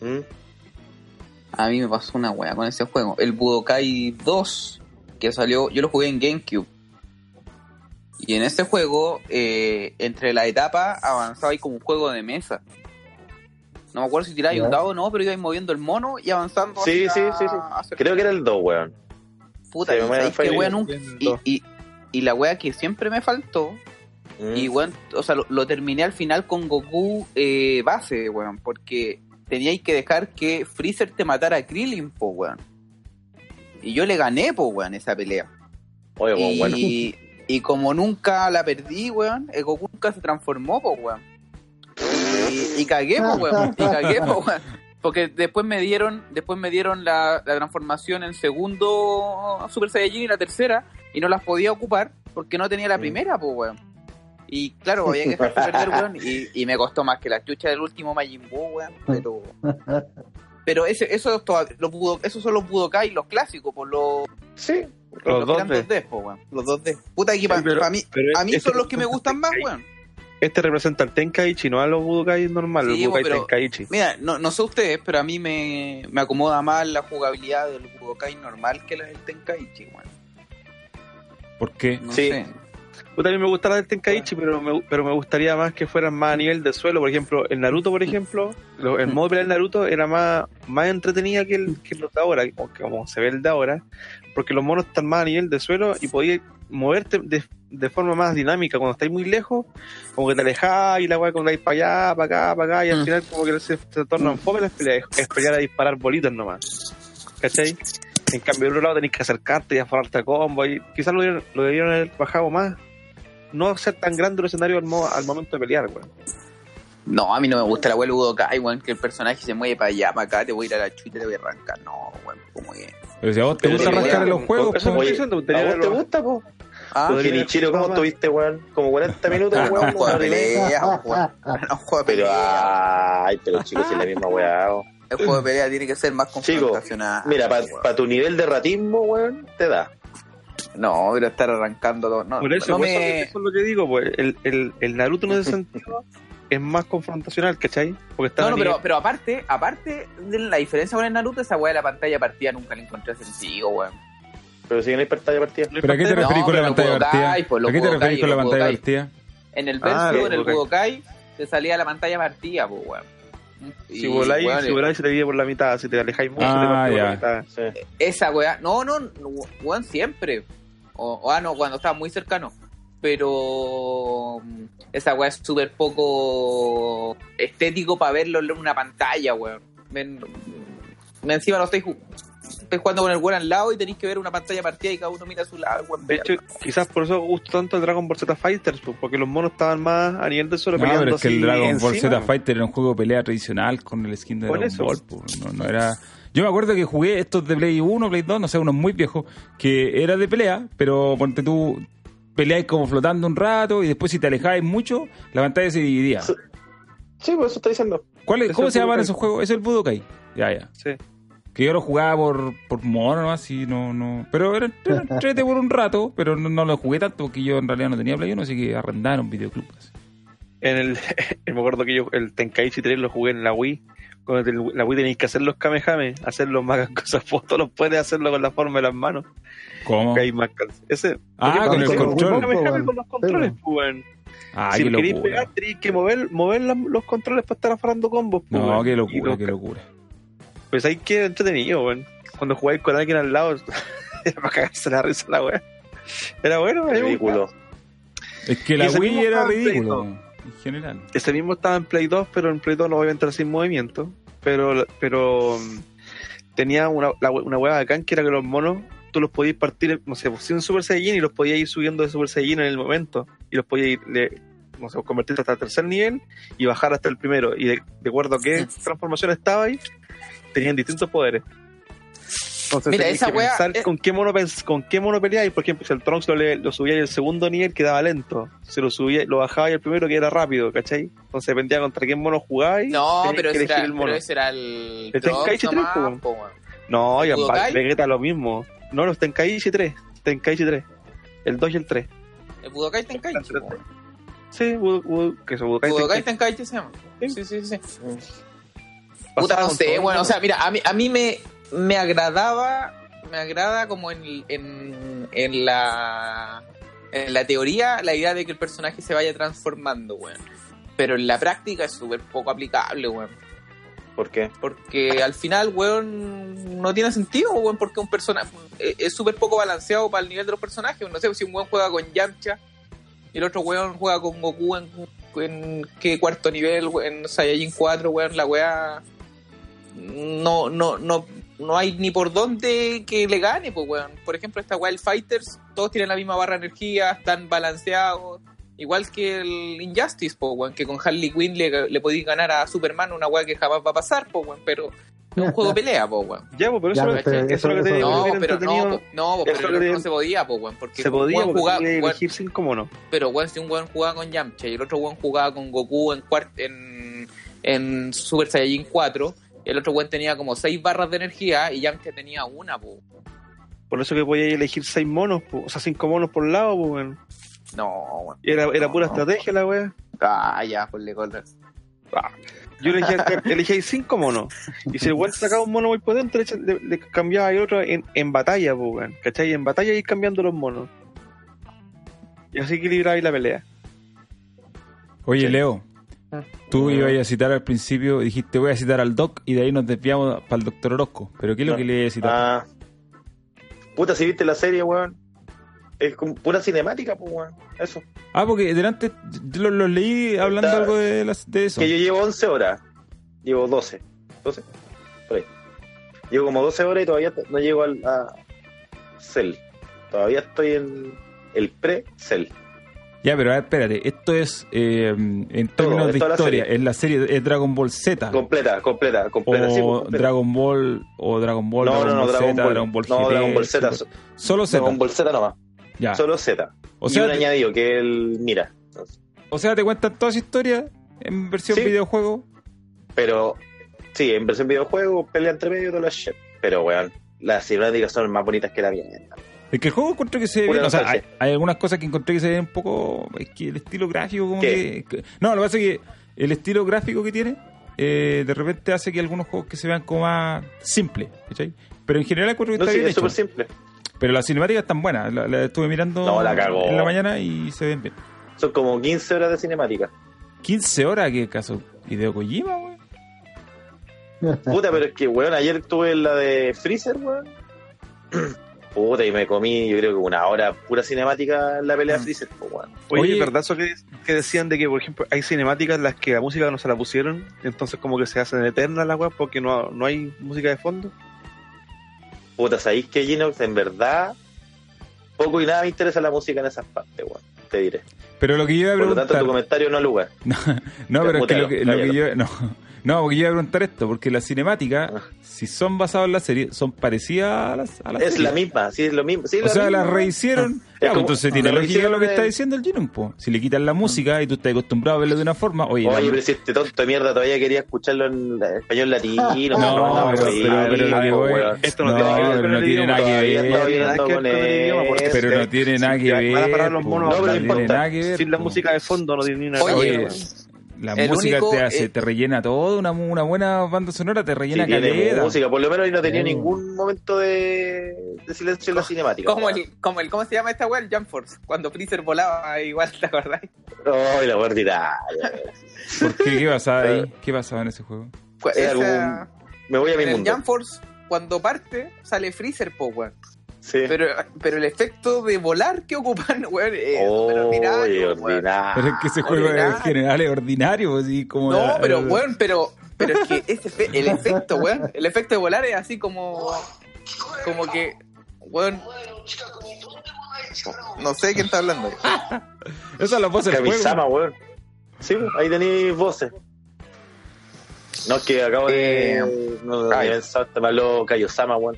D: ¿Mm?
E: A mí me pasó una wea con ese juego. El Budokai 2, que salió, yo lo jugué en GameCube. Y en ese juego, eh, entre la etapa, avanzaba ahí como un juego de mesa. No me acuerdo si tiráis un
B: Ya.
E: dado o no, pero ibais moviendo el mono y avanzando.
D: Sí, sí, sí, sí.
E: hacia-
D: Creo que era el 2, weón.
E: Puta,
D: se
E: y
D: me mueve el
E: sabéis que
D: Facebook.
E: wea nunca- Y, y- y la wea que siempre me faltó,
D: Mm.
E: y weón, o sea, lo, lo terminé al final con Goku eh, base, weón, porque teníais que dejar que Freezer te matara a Krillin, po, weón. Y yo le gané, po, weón, esa pelea.
D: Oye, weón,
E: y,
D: bueno.
E: y como nunca la perdí, weón, el Goku nunca se transformó, po, weón. Y, y cagué, po, weón, y cagué, po, weón. Porque después me dieron, después me dieron la, la transformación en segundo Super Saiyajin y la tercera, y no las podía ocupar porque no tenía la
D: Mm.
E: primera, pues, weón. Y claro, había que dejarse perder, weón, y, y me costó más que la chucha del último Majin Buu, weón, pero... Pero ese, esos, toda- los Budo- esos son los Budokai, los clásicos, por los,
D: Sí,
F: Los
E: que eran
F: 2D.
E: 2D, po, weón. Los 2D. Puta, aquí pa-
F: Sí, pero-
E: pa' mí,
F: pero
E: a mí
F: este
E: son los que me gustan más, weón.
F: Este representa al Tenkaichi, no a los Budokai normal,
E: Sí,
F: el Budokai
E: pero-
F: Tenkaichi.
E: Mira, no, no sé ustedes, pero a mí me, me acomoda más la jugabilidad del Budokai normal que la del Tenkaichi, weón.
A: ¿Por qué?
E: No
D: Sí.
E: sé.
F: Puta, a mí me gusta la del Tenkaichi, pero me, pero me gustaría más que fueran más a nivel de suelo. Por ejemplo, el Naruto, por ejemplo, lo- el modo de pelea del Naruto era más, más entretenida que, el, que los de ahora, o que como se ve el de ahora, porque los monos están más a nivel de suelo y podías moverte de, de forma más dinámica. Cuando estáis muy lejos, como que te alejás y la weá cuando vais para allá, para acá, para acá, y al
E: Mm.
F: final como que se, se tornan fome las peleas, es pelear a disparar bolitas nomás. ¿Cachai? En cambio, del otro lado tenés que acercarte y aforarte a combo. Y quizás lo debieron, lo debieron haber bajado más. No ser tan grande el escenario al, mo- al momento de pelear, weón.
E: No, a mí no me gusta la wea del Budokai, weón, que el personaje se mueve para allá, para acá, te voy a ir a la chucha y te voy a arrancar. No, weón, como que...
A: Pero si a vos te
D: Pero
A: gusta
D: sí,
A: rascar
D: weón.
A: en los juegos, pues,
F: Eso
A: po.
F: estoy
D: Oye,
F: diciendo,
D: ¿A
F: tenía
D: vos
F: lo-
D: te gusta, po?
E: Ah,
D: Porque Nichiro, ¿cómo
F: más.
D: estuviste, weón? Como 40 minutos,
E: no
D: weón.
E: juego de
D: una hora y media.
E: pelea,
D: pues.
E: weón. No juego de
D: Pero,
E: pelea.
F: ah,
D: ay, pero chicos, si es la misma weá. oh.
E: El juego de pelea tiene que ser más
D: Chico,
E: confrontacional.
D: Mira, para
E: Ah, weón.
D: tu nivel de ratismo, weón, te da.
E: No, pero estar arrancando... todo- No,
F: Por eso,
E: no
F: por eso-
E: me...
F: eso es lo que digo, pues. El, el, el Naruto en ese sentido es más confrontacional, ¿cachai? Porque está
E: No,
F: a
E: no,
F: nivel-
E: pero, pero aparte, aparte de la diferencia con el Naruto, esa weá de la pantalla partida nunca le encontré sentido, weón.
D: Pero si no hay pantalla partida.
A: ¿Pero a qué te
E: No,
A: referís con la
E: pero
A: pantalla
E: Budokai,
A: partida?
E: pues, los
A: ¿A qué te referís
E: Budokai,
A: con la
E: los
A: pantalla
E: Budokai.
A: partida?
E: En el
F: Ah,
E: Versus,
F: el
E: en el
F: Budokai.
E: Budokai, te salía la pantalla partida, pues, weón.
F: Si
E: Y,
F: voláis,
E: weón,
F: si voláis se te divide por la mitad. Si te alejáis mucho,
A: Ah,
F: te parte por
A: ya.
F: la mitad.
D: Sí.
E: Esa weá, no, no, no, weón, siempre. O, o, ah, no, cuando estaba muy cercano. Pero mm, esa weá es súper poco estético para verlo en una pantalla, weón. Me, me encima lo estoy ju- estáis jugando con el weón al lado y tenéis que ver una pantalla partida y cada uno mira a su lado. el weón
F: De
E: mira
F: hecho,
E: al lado.
F: quizás por eso gustó tanto el Dragon Ball Z Fighters, pues, porque los monos estaban más a nivel de suelo
A: No,
F: peleando
A: pero es que el
F: así
A: Dragon Ball
F: encima.
A: Z Fighter era un juego de pelea tradicional con el skin de
F: Por
A: Dragon
F: eso.
A: Ball. po. No, no era... Yo me acuerdo que jugué estos de Play 1, Play 2, no sé, unos muy viejos, que era de pelea, pero ponte tú, peleáis como flotando un rato y después si te alejabas mucho, la pantalla se dividía.
D: Sí. Sí, por eso estoy diciendo.
A: ¿Cuál es-
F: Eso
A: ¿Cómo
F: es
A: se
F: el
A: llaman
F: Budokai.
A: esos juegos? Es el Budokai. Ya, ya.
F: Sí.
A: Que yo lo jugaba por, por mono, ¿no? así, no, no. Pero era, era entrete por un rato, pero no, no lo jugué tanto porque yo en realidad no tenía Play 1, así que arrendaron un videoclub. pues. así.
F: En el, me acuerdo que yo el Tenkaichi 3 lo jugué en la Wii. Con el- la Wii tenéis que hacer los kamehame, hacer los magas cosas fotos, los puedes hacerlo con la forma de las manos.
A: ¿Cómo?
F: Que hay más cal- Ese.
A: Oh. Ah,
F: porque
A: con el
F: pasa-
A: control.
F: Kamehame con los controles, pues, weón.
A: Ah,
F: si
A: qué
F: lo queréis
A: locura.
F: pegar, tenéis que mover, mover la- los controles para estar afarando combos. pues,
A: No,
F: weón.
A: qué
F: Y
A: locura,
F: los
A: qué locura.
F: Pues hay que entretenido, weón. Cuando jugáis con alguien al lado, era para cagarse la risa la weá. Era bueno, a mí me gustaba.
D: Ridículo.
A: Es que la
F: ese
A: Wii
F: mismo
A: era
F: estaba en Play
A: ridícula,
F: dos.
A: weón, en general.
F: Ese mismo estaba en Play 2, pero en Play 2 no voy a entrar sin movimiento. Pero, pero mm, tenía una, la hue- una hueá bacán que era que los monos, tú los podías partir, no sé, pues, sin Super Saiyajin y los podías ir subiendo de Super Saiyajin en el momento. Y los podías ir, le- no sé, convertir hasta el tercer nivel y bajar hasta el primero. Y de, de acuerdo a qué transformación estaba ahí, tenían distintos poderes. Entonces,
E: Mira,
F: tenías
E: esa
F: que
E: hueá
F: pensar
E: es-
F: con qué mono pens- con qué mono peleáis, por ejemplo, si el Trunks lo, le- lo subía y el segundo nivel quedaba lento, se lo subía, lo bajaba y el primero que era rápido, ¿cachai? Entonces dependía contra quién mono jugabais.
E: No,
F: tenías
E: pero
F: que
E: ese,
F: elegir
E: era,
F: el mono.
E: pero ese era el.
F: El Tenkaichi tres,
E: Drops nomás,
F: po, weón.
E: po, weón.
F: No, y
E: Budokai?
F: Vegeta lo mismo. No, los Tenkaichi 3, Tenkaichi 3, el 2 y el 3.
E: El Budokai Tenkaichi. po, weón.
F: Sí, Bud- Bud- que se Budokai
E: Budokai
F: Tenkaichi.
E: Tenkaichi se llama.
F: Sí.
E: Sí, sí, sí. Puta,
F: Pasaba
E: no
F: con
E: sé,
F: todo,
E: bueno,
F: ¿no?
E: o sea, mira, a mí, a mí me, me agradaba, me agrada como en, en, en la en la teoría la idea de que el personaje se vaya transformando, weón. Pero en la práctica es súper poco aplicable, weón.
D: ¿Por qué?
E: Porque al final, weón, no tiene sentido, weón, porque un personaje eh, es súper poco balanceado para el nivel de los personajes. No sé, si un weón juega con Yamcha y el otro weón juega con Goku en, en qué cuarto nivel, weón, en Saiyajin 4, weón, la weá. No, no, no, no hay ni por dónde que le gane, pues, weón. Por ejemplo, esta Wild Fighters, todos tienen la misma barra de energía, están balanceados. Igual que el Injustice, po, weón, que con Harley Quinn le, le podéis ganar a Superman una weá que jamás va a pasar, po, weón, pero es un juego de pelea, po, weón.
F: Ya, pues, pero
B: Ya,
F: eso,
E: pero
F: eso es lo que
B: eso-
F: te digo,
E: No,
F: que era
E: pero no,
F: entretenido.
E: po, no, po,
F: Eso
E: pero
F: que-
E: no se podía, po, weón, porque
F: se podía
E: un
F: porque
E: jugaba,
F: podía
E: weón,
F: elegir cinco monos.
E: pero weón, si un weón jugaba con Yamcha y el otro weón jugaba con Goku en, cuart- en, en Super Saiyajin 4, el otro weón tenía como 6 barras de energía y Yamcha tenía una, po.
F: Por eso que podía elegir seis monos, po, o sea, cinco monos por lado, pues, weón.
E: No, weón.
F: Era, era pura
E: No.
F: estrategia la weá.
E: Ah, ya, por le
F: Yo elegía, elegía ahí cinco monos. Y si el weón sacaba un mono muy potente, le echa- le, le cambiaba ahí otro en, en batalla, po, weón. ¿Cachai? En batalla ir cambiando los monos. Y así equilibraba ahí la pelea.
A: Oye, Leo,
E: Ah.
A: tú ibas a citar al principio, dijiste voy a citar al Doc y de ahí nos desviamos para el Doctor Orozco. Pero ¿qué es lo
D: No.
A: que le ibas a citar?
D: Ah. Puta, si viste la serie, weón. Es como pura cinemática, pues, weón. Eso.
A: Ah, porque delante yo lo, lo leí hablando
D: Está-
A: algo de, las- de eso.
D: Que yo llevo 11 horas. Llevo 12. ¿12? Por ahí. Llevo como 12 horas y todavía no llego al, a Cell. Todavía estoy en el pre-Cell.
A: Ya, pero a ver, espérate, esto es eh, en términos
D: es
A: de
D: toda la
A: historia,
D: serie.
A: es la serie es Dragon Ball Z
D: Completa, completa, completa. sí, pues,
A: Ah. o
D: completa.
A: Dragon Ball o Dragon Ball,
D: no,
A: Dragon
D: no, no,
A: Ball
D: Dragon
A: Z,
D: Ball.
A: Dragon Ball
D: no,
A: GT,
D: Dragon Ball Z.
A: Super- solo pues, Z.
D: Dragon Ball Z nomás.
A: ya.
D: Solo Z.
A: o sea,
D: y un añadido que él mira.
A: O sea, te cuentan toda esa historia en versión
D: Sí.
A: videojuego.
D: Pero sí, en versión videojuego, pelea entre medio y todo la shit. Pero weón, las cinemáticas son más bonitas que la mierda.
A: Es que el juego encontré que se ve
D: Pura
A: bien. O sea, hay,
D: nostalgia.
A: hay algunas cosas que encontré que se ven un poco. Es que el estilo gráfico, como
D: ¿Qué?
A: que, que- No, lo que pasa es que el estilo gráfico que tiene, eh, de repente hace que algunos juegos que se vean como más simples, ¿cachai? Pero en general encuentro que
D: No,
A: está
D: sí,
A: bien
D: es
A: hecho.
D: súper simple.
A: Pero las cinemáticas están buenas. La, la estuve mirando
D: No, la cagó.
A: en la mañana y se ven bien.
D: Son como 15 horas de cinemática.
A: 15 horas, ¿qué caso? ¿Hideo Kojima, güey? Ah.
D: Puta, pero es que, weón, ayer tuve la de Freezer, weón. Puta, y me comí, yo creo que una hora pura cinemática en la
A: Mm.
D: pelea de Freezer, pues, weón.
F: Oye,
A: Oye.
F: ¿es ¿verdad eso que, que decían de que, por ejemplo, hay cinemáticas en las que la música no se la pusieron? Entonces como que se hacen eternas las weas porque no, no hay música de fondo.
D: Puta, ¿sabéis que Ginox? En verdad, poco y nada me interesa la música en esas partes, weón. Te diré.
A: Pero lo que yo iba a
D: Por lo tanto,
A: preguntar.
D: tu comentario no lugar.
A: No, no, pero es que lo que, lo que
D: Cállalo.
A: yo. No, no, porque yo iba a preguntar esto, porque las cinemáticas,
D: Ah.
A: si son basadas en la serie, son parecidas a las. a la
D: Es
A: serie.
D: la misma, sí, es lo mismo. sí,
A: O sea,
D: misma.
A: las rehicieron. Ya, pues,
D: como-
A: entonces tiene
D: la
A: lógica
D: rehicieron
A: lo que está
D: de-
A: diciendo el Jiren, po. Si le quitan la música y tú estás acostumbrado a verlo de una forma, oye. la-
D: Oye, pero si este tonto de mierda todavía quería escucharlo en la- español latino.
A: No, pero-
D: sí,
A: pero- pero lo que
D: po,
A: voy-
D: weón.
F: Esto no,
A: No,
F: tiene que ver con
A: no
F: el
A: tiene
F: idioma.
A: nada que ver.
F: todavía, no tiene
D: Todavía
F: nada que ver con el idioma, porque
D: Pero
A: pero
F: se-
A: no tiene nada
F: si
A: que
F: van
A: ver.
F: a parar los
A: po.
F: monos
A: no,
D: hablando,
A: tiene
D: no importa.
A: nada que ver,
F: Sin la
A: po.
F: música de fondo no tiene ni nada
E: Oye,
F: que
A: Oye,
F: ver.
A: la
E: el
A: música
E: único,
A: te hace,
E: eh,
A: te rellena todo, una, mu- una buena banda sonora te
D: Sí,
A: rellena
D: tiene
A: caleta.
D: música, por lo menos ahí no tenía
A: Sí.
D: ningún momento de, de silencio en la cinemática.
E: Como
D: weón.
E: el, como el, ¿Cómo se llama esta weá? El Jump Force. Cuando Freezer volaba, igual, ¿te acordás?
D: Ay, la guardita.
A: ¿Por qué? ¿Qué pasaba ahí? ¿Qué pasaba en ese juego?
E: Cu-
D: Era
E: esa-
D: Me voy a mi
E: en el
D: mundo.
E: Jump Force, cuando parte, sale Freezer, po, weón.
D: Sí.
E: Pero, pero el efecto de volar que ocupan, weón, es súper
D: Oye,
E: ordinario, weón.
D: ordinario.
A: Pero es que ese juego en
E: ordinario.
A: general es ordinario, así como.
E: No,
A: la-
E: pero, weón, pero, pero es que ese fe- el efecto, weón, el efecto de volar es así como, como que, weón, no sé de quién está hablando.
A: Esa es la voz del juego.
D: Kamisama, weón. Sí, ahí tenéis voces. No, es que acabo de.
E: Eh,
D: no, no,
E: ay.
D: había pensado, te me habló Kaiosama, weón.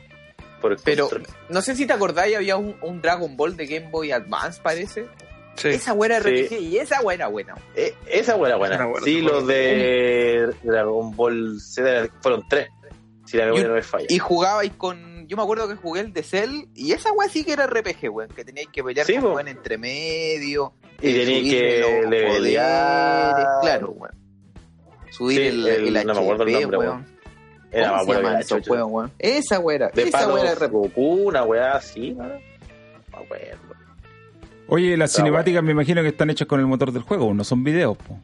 D: Por el
E: Pero,
D: control.
E: no sé si te acordáis, había un, un Dragon Ball de Game Boy Advance, parece.
F: Sí.
E: Esa weá era
D: Sí.
E: RPG y esa weá era buena.
D: Eh, esa buena, buena.
F: Era buena,
D: sí,
F: sí,
D: los de Dragon Ball Z fueron tres. Si la memoria no me falla.
E: Y jugabais con, yo me acuerdo que jugué el de Cell y esa weá sí que era RPG, weón, que teníais que pelear
D: Sí,
E: con
D: po.
E: weón entre medio.
D: Y
E: eh,
D: teníais
E: subirle
D: que
E: los
D: levelear.
E: poderes, Claro, weón. Subir
D: Sí,
E: el,
D: el-
E: el
D: no me acuerdo el
E: HP,
D: nombre,
E: weón.
D: weón. Era más
E: ¿Cómo
D: buena
E: se
D: que
E: llaman
D: la
E: esos
D: chucha.
E: juegos, weón? Esa weá era.
D: De
E: esa weá era
D: palos,
E: re-
D: Goku, una weá así. ¿no? Ah, bueno.
A: Oye, las
D: Ah,
A: cinemáticas me imagino que están hechas con el motor del juego, no son videos, po.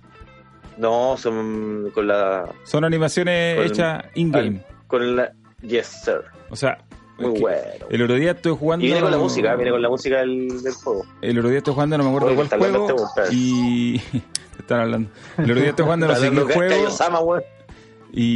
D: No, son con la.
A: son animaciones
D: Con-
A: hechas in-game.
D: Con la. Yes, sir.
A: O sea,
D: Muy
A: es que
D: bueno.
A: el otro día estuve jugando.
D: Y viene con la música, viene con la música del, del juego.
A: El otro día estoy jugando, no me acuerdo
D: Oye,
A: cuál
D: está hablando
A: juego.
D: este weón,
A: y. te están hablando. El otro día estoy jugando, no sé qué
D: Hablando que- que
A: juego.
D: Osama, weón.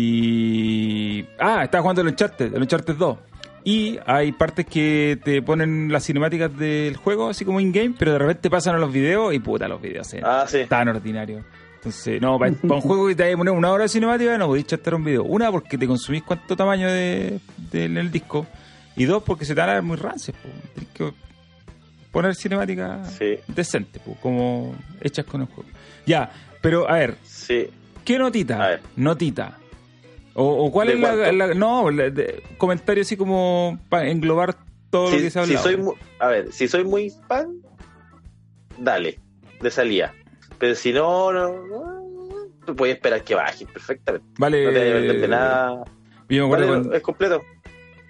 A: Y. Ah, estaba jugando el Uncharted, el Uncharted 2. Y hay partes que te ponen las cinemáticas del juego, así como in-game, pero de repente pasan a los videos y puta, los videos se
D: Ah, sí.
A: tan ordinarios. Entonces, no, para, un juego que te vaya a poner una hora de cinemática, no podéis chatear un video. Una, porque te consumís cuánto tamaño de, de- en el disco. Y dos, porque se te van a ver muy rancias. po. Tenés que poner cinemáticas
D: Sí,
A: decentes, po, como hechas con el juego. Ya, pero a ver,
D: sí.
A: ¿Qué
D: A
A: notita?
D: ver.
A: Notita. O, o cuál
D: ¿De
A: es la,
D: cuánto?
A: la- No, la- de- comentario así como para englobar todo lo
D: Si,
A: que se ha
D: si
A: hablado.
D: soy mu- a ver, si soy muy fan, dale, de salida. Pero si no, no, no, tú puedes esperar que baje perfectamente.
A: Vale.
D: No te vayas a perder de nada.
A: Yo me
D: Vale,
A: Eh, acuerdo cuando,
D: es completo.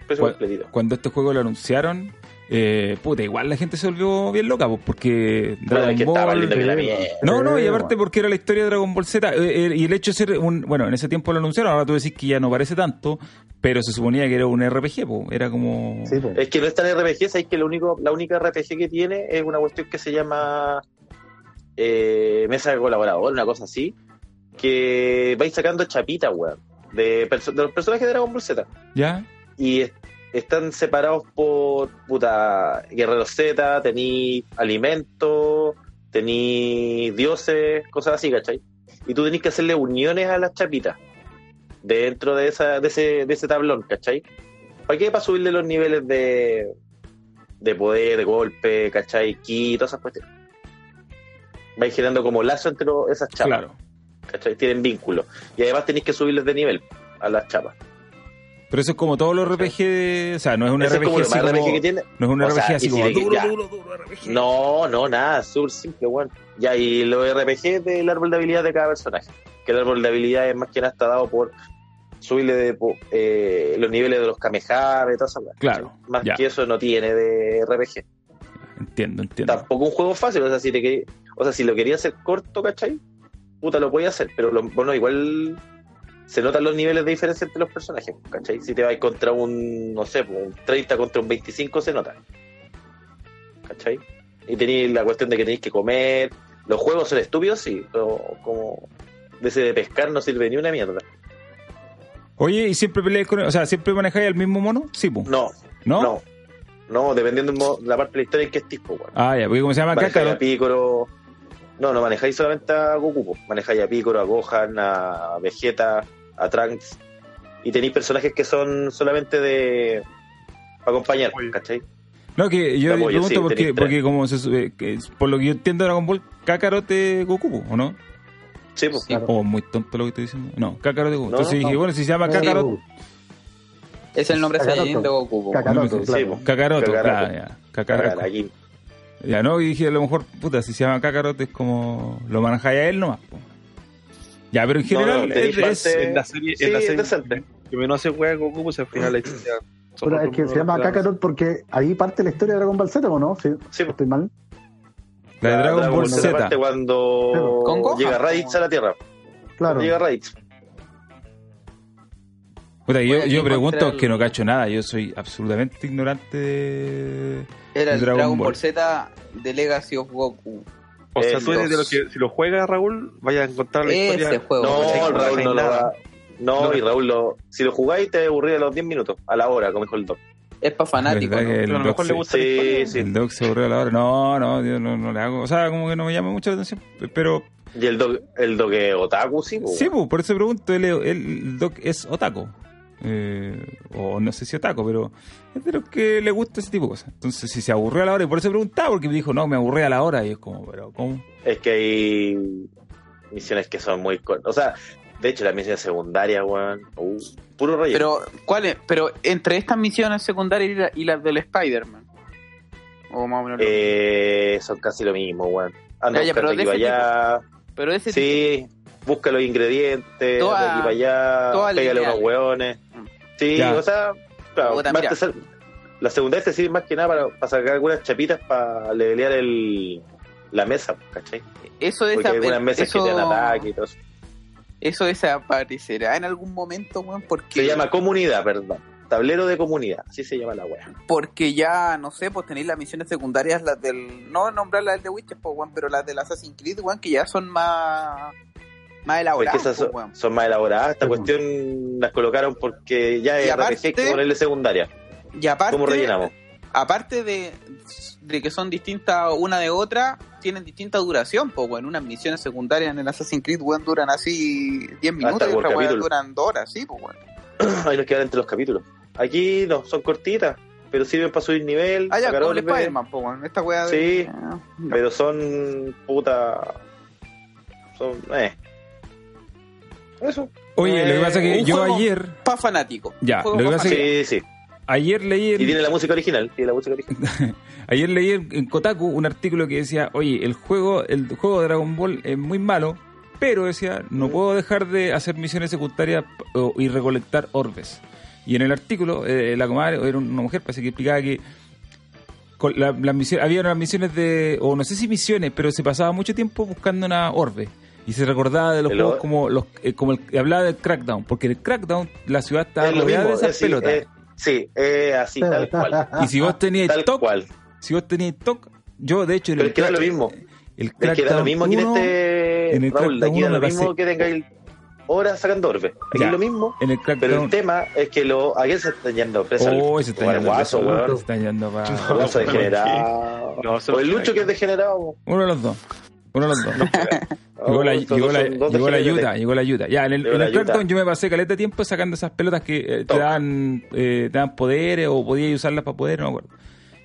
D: Precio
A: Bueno.
D: completito.
A: cuando este juego lo anunciaron. Eh, puta, igual la gente se volvió bien loca, pues, porque Dragon
D: es que estaba
A: Ball.
D: lindo que la mierda.
A: No, no, y
B: Eh,
A: aparte
B: bueno.
A: porque era la historia de Dragon Ball Z. eh, eh, y el hecho de ser un. Bueno, en ese tiempo lo anunciaron, ahora tú decís que ya no parece tanto, pero se suponía que era un RPG, pues. Era como.
B: Sí, po.
D: Es que no es tan RPG, es que lo único, la única RPG que tiene es una cuestión que se llama eh, mesa de colaborador, una cosa así, que vais sacando chapitas, weón, de, perso- de los personajes de Dragon Ball Z.
A: ¿Ya?
D: y es- están separados por puta Guerrero Z, tení alimento, tení dioses, cosas así, ¿cachai? Y tú tenés que hacerle uniones a las chapitas dentro de esa, de ese, de ese tablón, ¿cachai? ¿Para qué? Para subirle los niveles de, de poder, de golpe, ¿cachai? Ki, todas esas cuestiones. Vais generando como lazo entre esas chapas.
A: Claro.
D: ¿cachai? Tienen vínculos. Y además tenéis que subirles de nivel a las chapas.
A: Pero eso es como todos los RPG. de- O sea, no es un
D: Ese es
A: RPG,
D: como lo
A: así
D: más
A: como-
D: RPG que tiene.
A: No es un
D: O
A: RPG
D: sea,
A: así
D: y
A: como.
D: si le-
A: duro,
D: ya.
A: duro, duro, RPG.
D: No, no, nada, súper simple, weón. Ya, y los RPG del árbol de habilidad de cada personaje. Que el árbol de habilidad es más que nada está dado por subirle de, po- eh, los niveles de los Kamehameha y todas esas weas.
A: Claro,
D: Más
A: ya.
D: que eso no tiene de RPG.
A: Entiendo, entiendo.
D: Tampoco un juego fácil, o sea, si, te que- o sea, si lo quería hacer corto, ¿cachai? Puta, lo podía hacer, pero lo- bueno, igual se notan los niveles de diferencia entre los personajes, ¿cachai? Si te vas contra un, no sé, pues, un 30 contra un 25 se nota. ¿cachai? Y tenéis la cuestión de que tenéis que comer. Los juegos son estúpidos, sí, pero como de ese de pescar no sirve ni una mierda.
A: Oye, ¿y siempre peleáis con O sea, ¿siempre manejáis al mismo mono? Sí, pues.
D: No,
A: ¿No?
D: No. No, dependiendo del modo- la parte de la historia en que estés, pues, po, weón.
A: Ah, ya, porque como se llama
D: manejáis a
A: Kakarot.
D: Piccolo. No, no manejáis solamente a Goku, po. manejáis a Piccolo, a Gohan, a Vegeta, a Trunks. Y tenéis personajes que son solamente de. para acompañar,
F: Apoyo.
D: ¿cachai?
A: No, que yo
D: Te apoyo,
A: pregunto
D: sí,
A: porque,
D: tenéis tres.
A: porque como se sube- que es- por lo que yo entiendo Dragon Ball, Kakarot es Goku, ¿o no?
D: Sí, pues.
B: Claro.
A: O muy tonto lo que estoy diciendo. No, Kakarot es Goku.
D: No,
A: Entonces dije,
B: no.
A: bueno, si se llama Kakarot,
E: Es el nombre
B: Kakaroto.
E: Saiyajin de Goku. po.
B: Kakaroto,
A: Sí,
B: pues, claro.
D: po.
A: Kakaroto,
D: Kakaroto.
A: claro, ya. Kakarot.
D: Aquí.
A: Ya no, y dije, a lo mejor, puta, si se llama Kakarot es como. Lo manejáis a él nomás. po. Ya, pero en
D: No, no,
A: general
D: tenéis
A: es, es-
D: parte-
F: En la serie,
D: Sí,
F: en la
D: es
F: serie
D: decente.
F: que menos hace wea Goku, pues al final la historia.
B: Pero es que se llama Kakarot porque ahí parte la historia de Dragon Ball Z, ¿o no? Sí,
D: Sí, po.
B: estoy mal.
A: la de Dragon, Ball
B: Ball
A: Z.
D: parte cuando
E: Con Gohan,
D: llega
E: po.
D: Raditz a la Tierra.
B: Claro.
D: Llega Raditz.
A: Puta, yo,
E: Voy aquí
A: yo
E: a
A: pregunto
E: encontrar-
A: que no cacho nada, yo soy absolutamente ignorante de.
E: Era el
A: Dragon
E: Dragon,
A: Ball.
E: Ball. Z de Legacy of Goku.
F: O sea,
D: El
F: tú eres de los
D: dos.
F: que si lo juega Raúl, vaya a encontrar la
E: Ese
F: historia.
E: juego.
D: No,
F: no,
D: el Raúl no lo va. No,
F: No.
D: y Raúl, lo, si lo jugáis, te aburrís a los 10 minutos, a la hora, como dijo el Doc.
E: Es para fanáticos.
A: ¿Verdad
E: ¿no?
A: que
F: Pero a
A: el
F: lo mejor
A: doc
F: le
A: se-
F: gusta la
D: Sí,
F: historia.
D: sí.
A: El doc se aburrió a la hora. No, no, yo no, no le hago. O sea, como que no me llama mucho la atención. Pero
D: Y el Doc, el doc es Otaku, sí, po,
A: sí,
D: weón.
A: pues, por eso pregunto. El, el- el doc es otaku. Eh, o no sé si otaku, pero es de los que le gusta ese tipo de cosas. Entonces, si se aburrió a la hora, y por eso preguntaba, porque me dijo, no, me aburrí a la hora. Y es como, pero ¿cómo?
D: Es que hay misiones que son muy cortas. O sea, de hecho, las misiones secundarias, weón. uh, puro relleno.
E: Pero, ¿cuál es? Pero entre estas misiones secundarias y, la- y las del Spider-Man. O más o menos. lo-
D: Eh, son casi lo mismo, weón. Ah, Anda
E: Ya, ya,
D: buscando
E: pero
D: aquí
E: de
D: para
E: ese
D: allá.
E: pero ese
D: Sí, busca los ingredientes,
E: Toda-
D: anda aquí para allá,
E: toda
D: pégale
E: lineal.
D: unos hueones.
E: Mm.
D: Sí,
A: Ya.
D: o sea, claro,
E: Puta,
D: más
E: mira.
D: te sal- la secundaria te sirve más que nada para, para sacar algunas chapitas para levelear el, la mesa, ¿cachai?
E: eso de
D: Porque
E: esa,
D: hay algunas
E: el-
D: mesas
E: eso,
D: que te dan ataque y todo eso.
E: eso desaparecerá en algún momento, weón,
D: Se
E: porque,
D: llama comunidad, perdón. Tablero de comunidad, así se llama la wea.
E: porque ya, no sé, pues tenéis las misiones secundarias, las del, no nombrar las de Witcher, pues, weón, pero las del Assassin's Creed, weón, que ya son más, más
D: Porque
E: elaboradas,
D: esas
E: pues,
D: son,
E: weón.
D: son más elaboradas. Esta
B: Sí,
D: cuestión las colocaron porque ya
E: Y
D: es
E: aparte-
D: RPG hay que ponerle secundaria.
E: Y aparte,
D: ¿Cómo rellenamos?
E: aparte de, de que son distintas una de otra, tienen distinta duración, pues bueno, unas misiones secundarias en el Assassin's Creed weón, duran así 10 minutos y
D: por
E: otras weón,
D: capítulo.
E: duran 2 horas, sí, pues bueno.
D: Ahí nos quedan entre los capítulos. Aquí no, son cortitas, pero sirven para subir nivel.
E: Ah, ya,
D: sacar
E: como el
D: órdenes,
E: Spider-Man, pues bueno, esta weá de...
D: Sí.
E: Ah, ya.
D: Pero son puta. Son. Eh. Eso.
A: Oye, lo que pasa es que
E: Un
A: yo
E: juego-
A: ayer,
E: Pa' fanático.
A: Ya,
E: Un juego
A: lo que
E: pa'
A: pasa es
E: fanático.
D: Sí, sí.
A: ayer leí
D: Y
A: en,
D: tiene la música original. Tiene la música original.
A: Ayer leí en, en Kotaku un artículo que decía, oye, el juego, el juego de Dragon Ball es muy malo, pero decía, no puedo dejar de hacer misiones secundarias o- y recolectar orbes. Y en el artículo, eh, la comadre era una mujer, parece que explicaba que con la- las misiones- había unas misiones de, o no sé si misiones, pero se pasaba mucho tiempo buscando una orbe. Y se recordaba de los
D: El
A: juegos
D: or-
A: como, los, eh, como el, hablaba del Crackdown, porque el Crackdown, la ciudad estaba
D: Es lo
A: rodeada de
D: mismo,
A: esas
D: es- sí,
A: pelotas.
D: es- sí, es así, tal cual.
A: y si vos tenías
D: Tal
A: TOC,
D: cual.
A: si vos tenías TOC, yo de hecho... en
D: Pero
A: el
D: es que da lo
A: crack-
D: mismo.
A: El
D: Es que da lo
A: Crackdown
D: mismo aquí en
A: 1,
D: este.
A: en el
D: Raúl,
A: Crackdown
D: aquí da
A: uno
D: lo
A: me
D: mismo
A: pasé-
D: que tengáis horas sacando orbe. Aquí
A: Ya.
D: es lo mismo.
A: En el
D: Pero este
A: Crackdown...
D: el tema es que lo. ¿A quién se están yendo pues, presa?
A: Oh, se está
D: Bueno,
A: yendo
D: guaso,
A: preso,
D: weón.
A: se está yendo pa-
D: El guaso
F: No,
D: degenerado.
F: No, eso
D: o el
F: no
D: Lucho
F: hay.
D: que es degenerado.
A: Uno de los dos. Uno de los dos. Llegó
D: Oh,
A: la,
D: estos
A: llegó
D: dos
A: la,
D: son dos
A: llegó la
D: degenerates.
A: ayuda, llegó la ayuda. Ya, en el,
D: Llegó
A: en
D: la
A: el Crackdown
D: ayuda.
A: yo me pasé caleta de tiempo sacando esas pelotas que eh, te
D: Toc.
A: dan, eh, te dan poderes o podías usarlas para poder, no me acuerdo.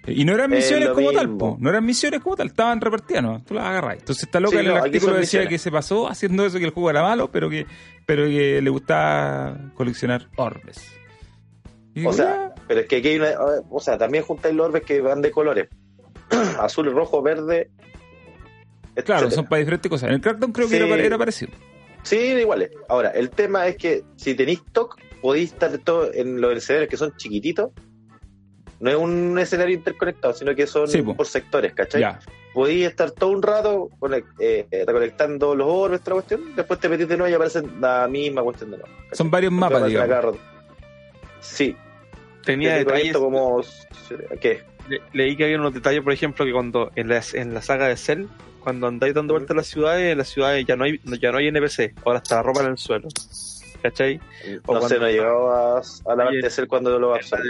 A: Y no eran
D: Eh,
A: misiones
D: lo
A: como tal,
D: mismo.
A: po. no eran misiones como tal, estaban repartidas, ¿no? Tú las agarras. Entonces está loca
D: Sí,
A: en
D: no,
A: el
D: aquí
A: artículo
D: son
A: decía
D: misiones.
A: que se pasó haciendo eso, que el juego era malo, pero que, pero que le gustaba coleccionar orbes. Y digo,
D: O sea, pero es que aquí hay una. O sea, también juntáis los orbes que van de colores: azul, rojo, verde.
A: "Ya". claro,
D: etcétera.
A: son para diferentes cosas. En el Crackdown creo que
D: Sí.
A: era, pare- era parecido.
D: Sí, iguales. Ahora, el tema es que si tenéis TOC, podéis estar todo en los escenarios que son chiquititos. No es un escenario interconectado, sino que son
A: Sí, po.
D: por sectores, ¿cachai?
A: Ya,
D: Podéis estar todo un rato conec- eh, eh, recolectando los orbes, otra cuestión. Después te metís de nuevo y aparecen la misma cuestión de nuevo. ¿cachai?
A: son varios
D: Te
A: mapas,
D: aparecen a
A: digamos.
D: cada rato. Sí,
F: Tenía
D: te digo
F: detalles.
D: esto como. ¿Qué?
F: le- leí que había unos detalles, por ejemplo, que cuando en la, en la saga de Cell, cuando andáis dando vueltas a las ciudades, en las ciudades ya no hay no- ya no hay NPC, ahora está la ropa en el suelo. ¿Cachai?
D: No
F: O
D: sé,
F: cuando-
D: no llegaba a, a la
F: Oye,
D: parte de ser cuando lo vas a usar.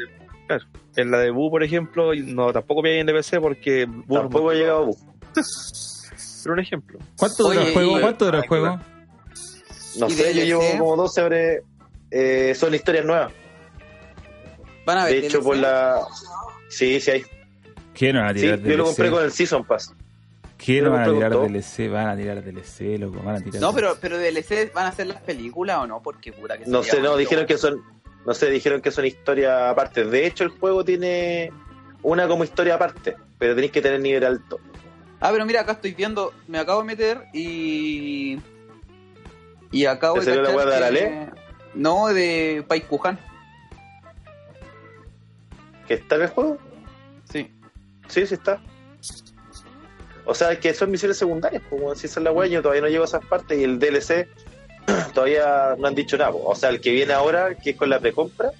F: Claro. En la de Buu, por ejemplo, no, tampoco vi en DPC porque Buu
D: Tampoco he llegado a Buu.
F: Pero un ejemplo.
A: ¿Cuánto dura
E: Oye,
A: el juego?
E: y-
A: ¿Cuánto dura el
E: ay,
A: juego?
D: No
E: ¿Y
D: sé, yo
E: DLC?
D: llevo como 12 horas. eh, son historias nuevas.
E: Van a ver.
D: De hecho, por la. Sí, sí hay.
A: ¿Quién no van a
D: Sí,
A: tirar
D: yo lo compré con
A: DLC?
D: el Season Pass.
A: ¿Quién
D: yo
A: no
D: lo
A: van a
D: compré
A: tirar
D: con todo.
A: DLC? Van a tirar DLC, loco. Van a tirar
E: No, pero, pero DLC van a hacer las películas o no, porque pura que
D: No
E: sería
D: sé, no,
E: bonito.
D: dijeron que son. No sé, dijeron que son historias aparte. De hecho, el juego tiene una como historia aparte, pero tenéis que tener nivel alto.
E: Ah, pero mira, acá estoy viendo, me acabo de meter y. Y acabo
D: ¿Te
E: de.
D: salió la weá
E: cachar
D: de
E: que-
D: Arale?
E: No, de Pai Kuhan.
D: ¿Que está en el juego?
E: Sí.
D: Sí, sí está. O sea, que son misiones secundarias, como si esa es la weá, yo todavía no llego a esas partes y el DLC todavía no han dicho nada. po. O sea, el que viene ahora, que es con la precompra,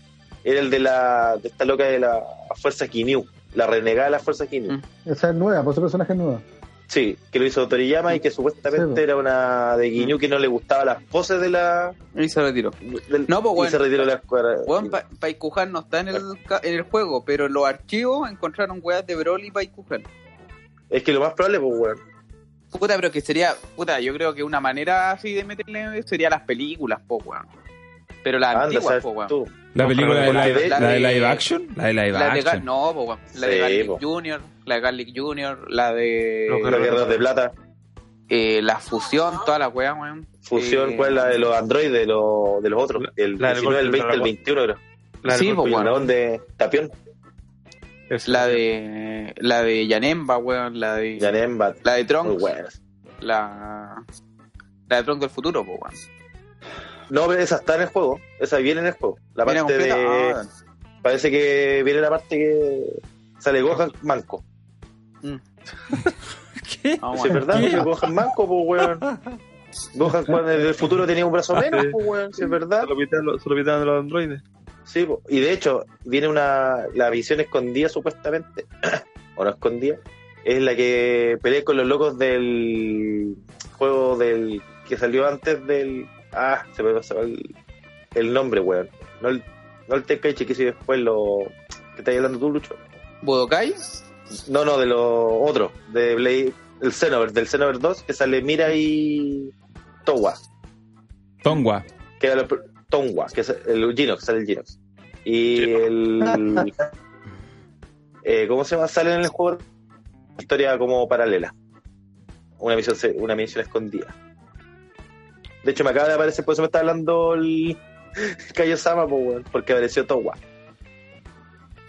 D: era el de la de esta loca de la Fuerza Kinyu, la renegada de la Fuerza Kinyu.
E: Mm.
B: Esa es nueva, pues ese personaje es nueva.
D: Sí, que lo hizo Toriyama y que
B: Sí,
D: supuestamente
B: po.
D: era una de
F: Mm.
D: Kinyu que no le gustaba las poses de la
E: Y se retiró.
D: del-
E: No, po,
D: y
E: weón.
D: se retiró de la escuadra.
E: Weón, Pa- Pai Kuhan no está en el, ca- en el juego, pero los archivos encontraron weas de Broly y Pai Kuhan.
D: Es que lo más probable, pues weón.
E: Puta, pero que sería. Puta, yo creo que una manera así de meterle sería las películas, po, weón. Pero las
D: Anda,
E: antiguas,
D: sabes
E: po, weón.
D: Ah, tú.
A: ¿La película de
D: Porque
A: live,
D: de-
A: la de
E: la de-
A: live action? La de live
E: La de Ga-
A: action.
E: no, po, weón. La
D: Sí,
E: de Garlic
D: po.
E: Junior, la de Garlic Junior, la de.
F: Los
D: Los guerreros de plata,
E: eh, la fusión, toda la weá, weón.
D: fusión,
E: Eh,
D: ¿cuál es la de los androides, de los, de los otros?
F: La-
D: El
F: la del
D: 19, el
F: golpe
D: 20, el
F: ultra-
D: 21, creo.
F: La
E: Sí,
F: del
E: po,
F: golpe
E: weón.
D: Bueno. de Tapión,
F: es-
E: La de. La de Yanemba, weón. La de.
D: Janem Bat.
E: La de
D: Muy
E: Tronk.
D: buenas.
E: La. La de Tronk del futuro, po, weón.
D: No, pero esa está en el juego. Esa viene en el juego. La
E: Viene
D: parte
E: completa.
D: de.
E: Ah,
D: Parece que viene la parte que sale Gohan Manco.
A: ¿Qué?
E: ah,
D: Si es
E: bueno.
D: verdad, porque Gohan Manco, pues weón. Gohan cuando en el futuro tenía un brazo menos, pues weón. Si es verdad.
F: Se lo pitaron los- se lo pitaron los androides.
D: Sí, po. y de hecho, viene una. La visión escondida, supuestamente. o no escondida. Es la que pelea con los locos del. Juego del. Que salió antes del. Ah, se me pasó el, el nombre, weón. No el, no el Tenkaichi que hizo después lo. ¿Qué estás hablando tú, Lucho?
E: ¿Budokai?
D: No, no, de lo otro. De Blade. El Xenover, del Xenover 2, que sale Mira y. Towa.
A: Tongua.
D: que era el pr- Tongwa, que es el Ginox, sale el Ginox. Y el. eh, ¿Cómo se llama? Sale en el juego historia como paralela. Una misión, se- una misión escondida. De hecho, me acaba de aparecer, por eso me está hablando el. Kayo Sama, porque apareció Tongwa.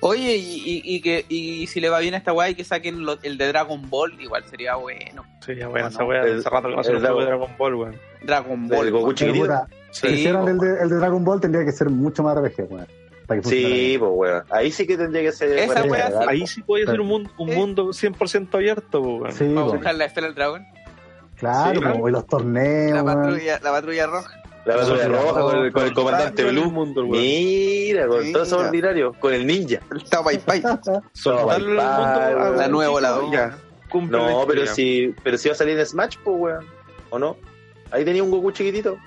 E: Oye, y, y, y que, y si le va bien a esta weá y que saquen lo- el de Dragon Ball, igual sería bueno.
F: Sí, ya, weón,
E: Ah,
F: esa
E: no.
F: weá.
D: El-
F: Hace rato que no se
D: el
F: lo juego de
D: Dragon-
F: Dragon Ball, weón.
E: Dragon
D: Del
E: Ball.
D: Goku
E: weón.
B: Pero,
D: chiquitito.
B: puta,
E: Sí,
B: si hicieran
E: po,
B: el de, el de Dragon Ball tendría que ser mucho más RPG, weón. para que
D: Sí,
B: funcionara.
D: pues, weón. Ahí sí que tendría que ser.
E: Esa
D: para
E: wea
D: cagar.
E: sí.
F: Ahí sí podía ser un mundo, un
E: Eh.
F: mundo 100% abierto, po, weón.
B: Sí, pues.
E: Vamos a
B: po.
E: buscar la Estela del Dragón.
B: claro,
F: Sí,
B: po,
F: claro.
B: y los torneos,
E: La
B: weón.
E: patrulla, la patrulla roja.
D: La patrulla
B: Sí,
D: roja
B: sí.
D: con el, con el comandante
F: Soltarlo en
D: Blue.
F: el mundo, weón.
D: Mira, con todo eso
E: Mira.
D: ordinario, con el ninja.
E: El Tao Pai Pai.
F: Soltarlo en el mundo,
D: Bye,
F: weón.
D: bye.
E: La nueva voladora.
F: Ya, cumple la
D: No,
F: historia.
D: pero si, pero si va a salir en Smash, pues, weón. ¿O no? Ahí tenía un Goku chiquitito.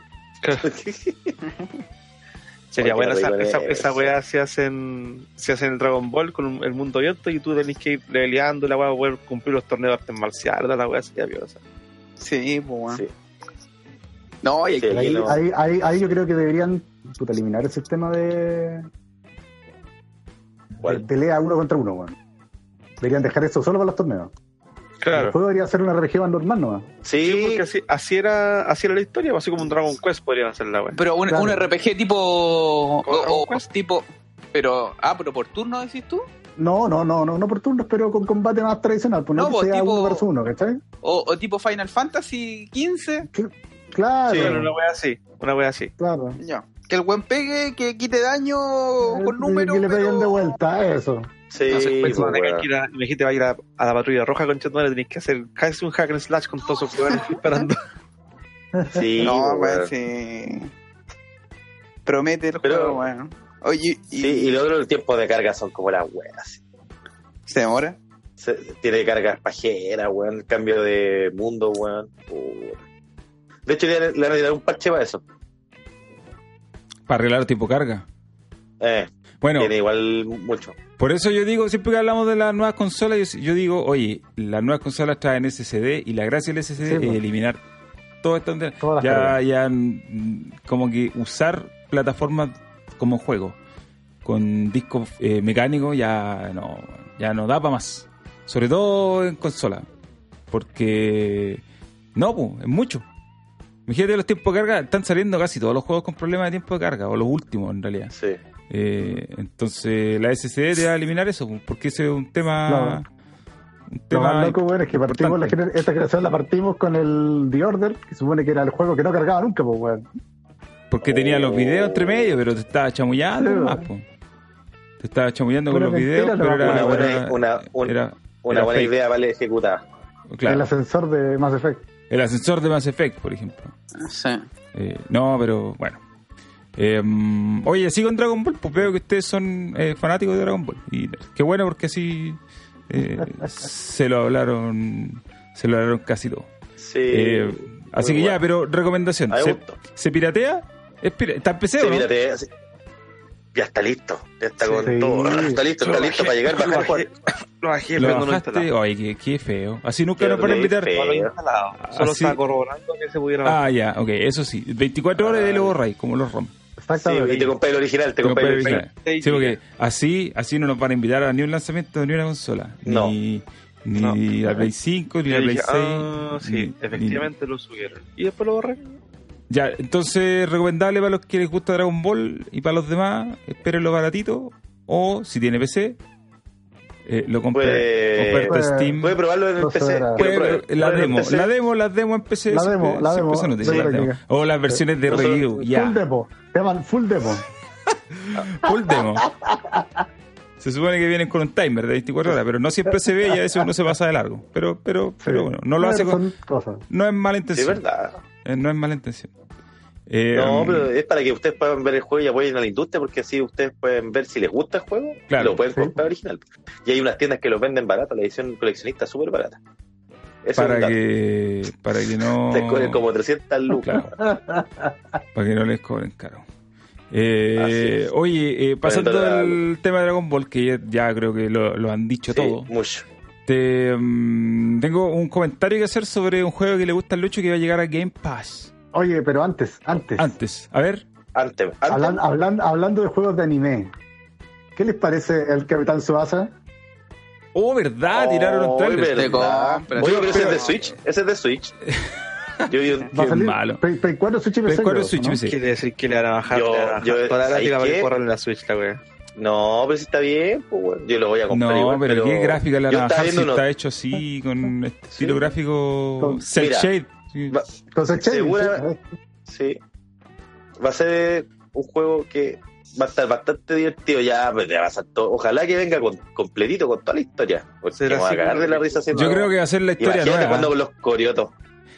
F: Sería
D: Porque
F: bueno, esa,
D: arriba
F: esa,
D: de-
F: esa weá se hacen, se hacen el Dragon Ball con un- el mundo abierto y tú tenés que ir leveleando la weá para poder cumplir los torneos de artes marciales, toda la weá sería piosa.
E: Sí, po, weón.
D: Sí.
E: No, y el
D: Sí,
E: que-
B: Ahí,
D: no.
B: ahí, ahí, ahí yo creo que deberían puta, eliminar el sistema de, de
D: ¿Cuál?
B: pelea uno contra uno, weón. Deberían dejar eso solo para los torneos. El
F: Claro.
B: juego debería ser una RPG más normal, nomás.
F: Sí,
D: Sí,
F: porque así, así era, así era la historia, pues, así como un Dragon Quest podrían hacer la weá.
E: Pero un,
B: Claro.
E: un RPG tipo. O, o-
F: Dragon Quest?
E: tipo. Pero. Ah, pero por turno decís tú.
B: No, no, no, no, no por turnos, pero con combate más tradicional, pues no,
E: No,
B: que
E: pues,
B: sea
E: tipo-
B: uno versus uno, ¿cachai?
E: O, o tipo Final Fantasy XV.
B: Claro,
F: Sí, una weá así, una weá así.
B: claro.
E: Ya. Que el buen pegue, que quite daño
B: Eh,
E: con números.
B: Que le peguen
E: pero-
B: de vuelta, eso.
D: sí,
F: No sé,
D: pues,
F: pensaba que
D: weón.
F: ir a- me dijiste va a ir a, a la patrulla roja con Chetumare, tenés que hacer casi un hack and slash con todos esos weones disparando.
D: Sí,
E: no,
D: pues,
E: weón,
D: weón.
E: sí. Promete el
D: Pero-
E: juego, weón. Oye, y,
D: Sí, y lo otro, el tiempo de carga son como las weas.
E: ¿se demora?
D: Se- tiene cargas pajeras, weón. Cambio de mundo, weón. Puh. De hecho, le, le van a tirar un parche para eso.
A: Para arreglar tipo carga.
D: Eh,
A: Bueno,
D: Tiene igual mucho.
A: Por eso yo digo, siempre que hablamos de las nuevas consolas, yo, yo digo, oye, las nuevas consolas traen SSD y la gracia del SSD
B: Sí,
A: es
B: pues.
A: eliminar todo esto.
B: Todas las
A: Ya,
B: cargas.
A: ya, mm, como que usar plataformas como juego con disco eh, mecánico ya no, ya no da para más. Sobre todo en consola. Porque no, po, es mucho. Imagínate los tiempos de carga, están saliendo casi todos los juegos con problemas de tiempo de carga, o los últimos en realidad.
D: Sí.
A: Eh, entonces la SSD te va a eliminar eso, porque ese es un tema... Un
B: Lo
A: tema
B: más loco, bueno, es que partimos la
A: importante.
B: gener- esta generación la partimos con el The Order, que supone que era el juego que no cargaba nunca, pues, weón.
A: porque tenía los videos entre medio, pero te estaba chamullando
B: Sí,
A: nomás,
B: weón.
A: po. Te estaba chamullando con
B: Una
A: los videos,
B: mentira,
A: pero
B: no,
A: era...
D: una buena-
A: era-
D: una- un-
A: era-
D: Una
A: era
D: buena
A: fake.
D: idea, vale, ejecutada.
A: Claro.
B: El ascensor de Mass Effect.
A: El ascensor de Mass Effect, por ejemplo.
E: Sí.
A: Eh, no, pero bueno. Eh, oye, sigo en Dragon Ball, pues veo que ustedes son eh, fanáticos de Dragon Ball. Y qué bueno porque así eh, se lo hablaron se lo hablaron casi todo.
D: Sí.
A: Eh, así que
D: muy
A: ya,
D: bueno.
A: pero recomendación.
D: A mí me
A: ¿Se,
D: gustó.
A: se piratea? Es pira- está en PC,
D: Sí,
A: ¿o no?
D: mírate, sí. Ya está listo. Ya está con
B: Sí.
D: todo. Está listo, está
F: Lo
D: listo para
F: bajé,
D: llegar,
F: lo
D: bajar,
F: bajé,
D: jugar.
F: Lo bajé,
A: ¿Lo
F: pero no lo
A: bajaste?
F: instalaba.
A: Ay, qué, qué feo. Así nunca
D: Qué
A: nos van a invitar.
D: feo.
F: No lo he instalado. Solo
A: Así-
F: estaba corroborando que se pudiera bajar.
A: Ah, ya, ok, eso sí. 24 horas de lo borráis, como los ROM.
D: Sí,
B: Exactamente.
D: y te compré el original, Ah, te compré el
A: Pero,
D: original.
A: pero, sí, porque así, así no nos van a invitar a ni un lanzamiento, ni una consola.
D: No.
A: Ni, ni
F: No.
A: la Play 5, ni
F: Y
A: la
F: yo
A: Play
F: dije,
A: 6.
F: ah,
A: ni-
F: sí,
A: ni-
F: efectivamente lo subieron. Y después lo borré.
A: Ya, entonces, recomendable para los que les gusta Dragon Ball y para los demás, espérenlo baratito. O si tiene PC, eh, lo compra.
D: Puede-
A: oferta
B: puede-
A: Steam.
D: Voy a probarlo en el
B: No
D: PC.
B: sobra.
D: quiero
A: Puede-
D: probar-
A: la,
D: probar en el
A: demo,
D: PC.
A: la demo, las demos en PC.
B: La
A: siempre-
B: demo, la
A: siempre
B: demo,
A: se nos dice,
B: siempre
A: la demo.
B: llega.
A: O las versiones de
D: Nosotros-
A: review. Ya.
B: Full demo. Te llaman full demo.
A: Full demo. Se supone que vienen con un timer de 24 horas, pero no siempre se ve y a veces uno se pasa de largo. Pero, pero, pero bueno, no lo
B: Bueno,
A: hace con-
B: Son cosas.
A: No es mala
D: Sí, es
A: intención.
D: verdad.
A: Eh, no es mala intención. Eh,
D: No,
A: um,
D: pero es para que ustedes puedan ver el juego y apoyen a la industria, porque así ustedes pueden ver si les gusta el juego
A: Claro.
D: y lo pueden
B: Sí.
D: comprar original. Y hay unas tiendas que los venden barato, la edición coleccionista es súper barata. Eso es un
A: para
D: dato.
A: que, para que no.
D: Te cobran como 300 lucas.
A: Claro. para que no les cobren caro. Eh,
D: Así es.
A: oye, eh, pasando
D: Bueno,
A: al tema de Dragon Ball, que ya, ya creo que lo, lo han dicho
D: Sí,
A: todo.
D: mucho.
A: Te, mm, tengo un comentario que hacer sobre un juego que le gusta al Lucho que va a llegar a Game Pass.
B: Oye, pero antes, antes.
A: Antes, a ver.
D: Antes, antes
B: Hablan- hablan- hablando de juegos de anime. ¿Qué les parece el Capitán Suasa?
A: Oh, verdad, tiraron un
D: Oh,
A: trailer.
D: verdad.
E: Te compras.
D: Oye, pero ese es
E: Pero-
D: de Switch. Ese es de Switch. Yo, yo,
B: Va a
A: Qué
B: salir
A: malo.
B: Play, Play 4, Switch y
A: Play
B: PC,
A: 4
B: creo,
A: Switch,
B: ¿no?
A: me dice.
F: Quiere decir que le van a bajar.
D: Yo-
F: le van a bajar
D: yo-
F: toda la
D: ¿sabes
F: tira para
D: qué?
F: que corran en la Switch, la wea.
D: no, pero si está bien, pues, bueno, yo lo voy a comprar.
A: No,
D: igual,
A: pero, qué gráfica la
D: yo estaba
A: navaja si
D: viendo unos-
A: está hecho así, con este estilo
D: Sí.
A: gráfico
B: Con-
A: cel
D: Mira,
A: shade. Sí.
D: va-
B: Entonces, ¿eh? che,
D: Segura- Sí. Va a ser un juego que va a estar bastante divertido. Ya, pues, ya va a ser todo. Ojalá que venga con, completito con toda la historia. Porque
F: Será
D: me voy
F: así
D: a cagar
F: como-
D: de la risa haciendo.
A: Yo creo que va a ser la historia
D: Imagínate
A: nueva.
D: cuando con los coriotos.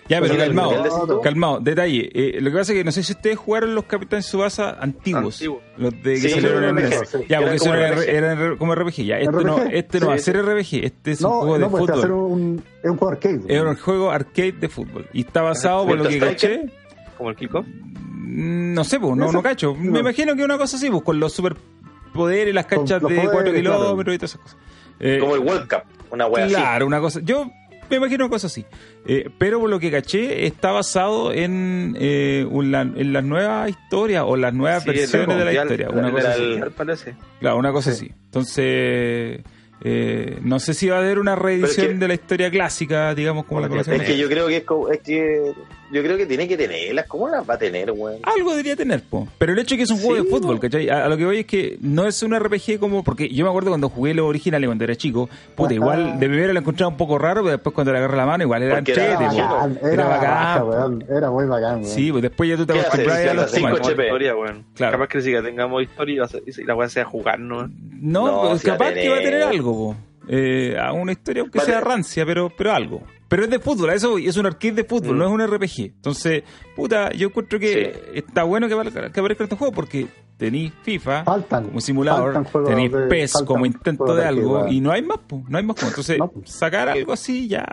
A: Ya, pero
D: Cuando el
A: calmado,
D: mundial decís tú.
A: calmado, detalle. Eh, lo que pasa es que no sé si ustedes jugaron los Capitán Subasa antiguos.
F: Antiguos.
A: Los de que
D: Sí,
A: salieron en
B: eran
A: NES.
B: RPG, sí.
A: Ya,
D: Eran
A: porque eso
D: como
A: era,
D: RPG.
A: era como RPG. Ya, este
B: RPG,
A: no, este no va a
D: sí.
A: ser RPG, este es un
B: No,
A: juego de
B: no, pues te va a hacer
A: fútbol.
B: un, es un juego arcade.
A: Era un juego arcade de fútbol. Y está basado, por lo que
D: Counter
A: caché,
D: Striker.
F: Como el kickoff.
A: Mm, No sé, pues, no,
B: Eso-
A: no cacho. Me
B: no.
A: imagino que una cosa así, pues, con los superpoderes, las
B: Con
A: canchas
B: los
A: de 4
B: poderes, claro.
A: kilómetros y todas esas cosas. Eh,
D: Como el World Cup. Una wea así.
A: claro, una cosa. Yo me imagino una cosa así. Eh, pero por lo que caché, está basado en, eh, un- la- en las nuevas historias o las nuevas
F: Sí, el
A: Ah, versiones de la
F: mundial,
A: historia.
D: el
A: Una cosa así.
D: del-
F: Tal parece.
A: Claro, una cosa
B: Sí.
A: así. Entonces, eh, no sé si va a haber una reedición
D: que-
A: de la historia clásica, digamos, como la
D: Es
A: conocemos.
D: que yo creo que es como. Es que, yo creo que tiene que tenerlas. ¿Cómo las va a tener, weón?
A: Algo debería tener, po. Pero el hecho de que es un juego
D: Sí,
A: de fútbol,
D: po.
A: ¿cachai? A, a lo que voy es que no es un RPG como. Porque yo me acuerdo cuando jugué los originales cuando era chico. Puta,
B: Ajá.
A: igual de primero lo encontraba un poco raro, pero después cuando le agarré la mano, igual era
D: Porque era
A: entrete,
B: Era
A: po.
D: bacán,
B: bacán, era,
A: Era bacán,
B: baja,
A: po.
B: weón, era muy bacán, weón.
A: Sí, pues después ya tú te
D: ¿Qué haces?
A: acostumbras a
D: Claro,
A: los
D: cinco
A: comandos.
F: Como
D: HP.
F: historia, weón.
A: Claro.
F: Capaz que sí que tengamos historia y va a ser- y la wea sea jugar,
A: No,
F: ¿no?
D: No,
A: pues
D: sí va a
A: capaz que va a tener
D: tener.
A: algo, po. Eh, a una historia aunque
D: Va a
A: sea
D: tener.
A: rancia, pero, pero algo. Pero es de fútbol, a eso voy, es un arcade de fútbol,
D: Mm.
A: no es un RPG. Entonces, puta, yo encuentro que está bueno que, valga- que aparezca este juego porque tenéis FIFA,
B: Faltan.
A: como simulador,
B: faltan juegos
A: tenéis
B: de-
A: PES
B: faltan
A: como intento
B: juegos
A: de
B: de
A: algo
B: actividad.
A: y no hay más, po, no hay más juego. Entonces,
B: No, po.
A: sacar algo así ya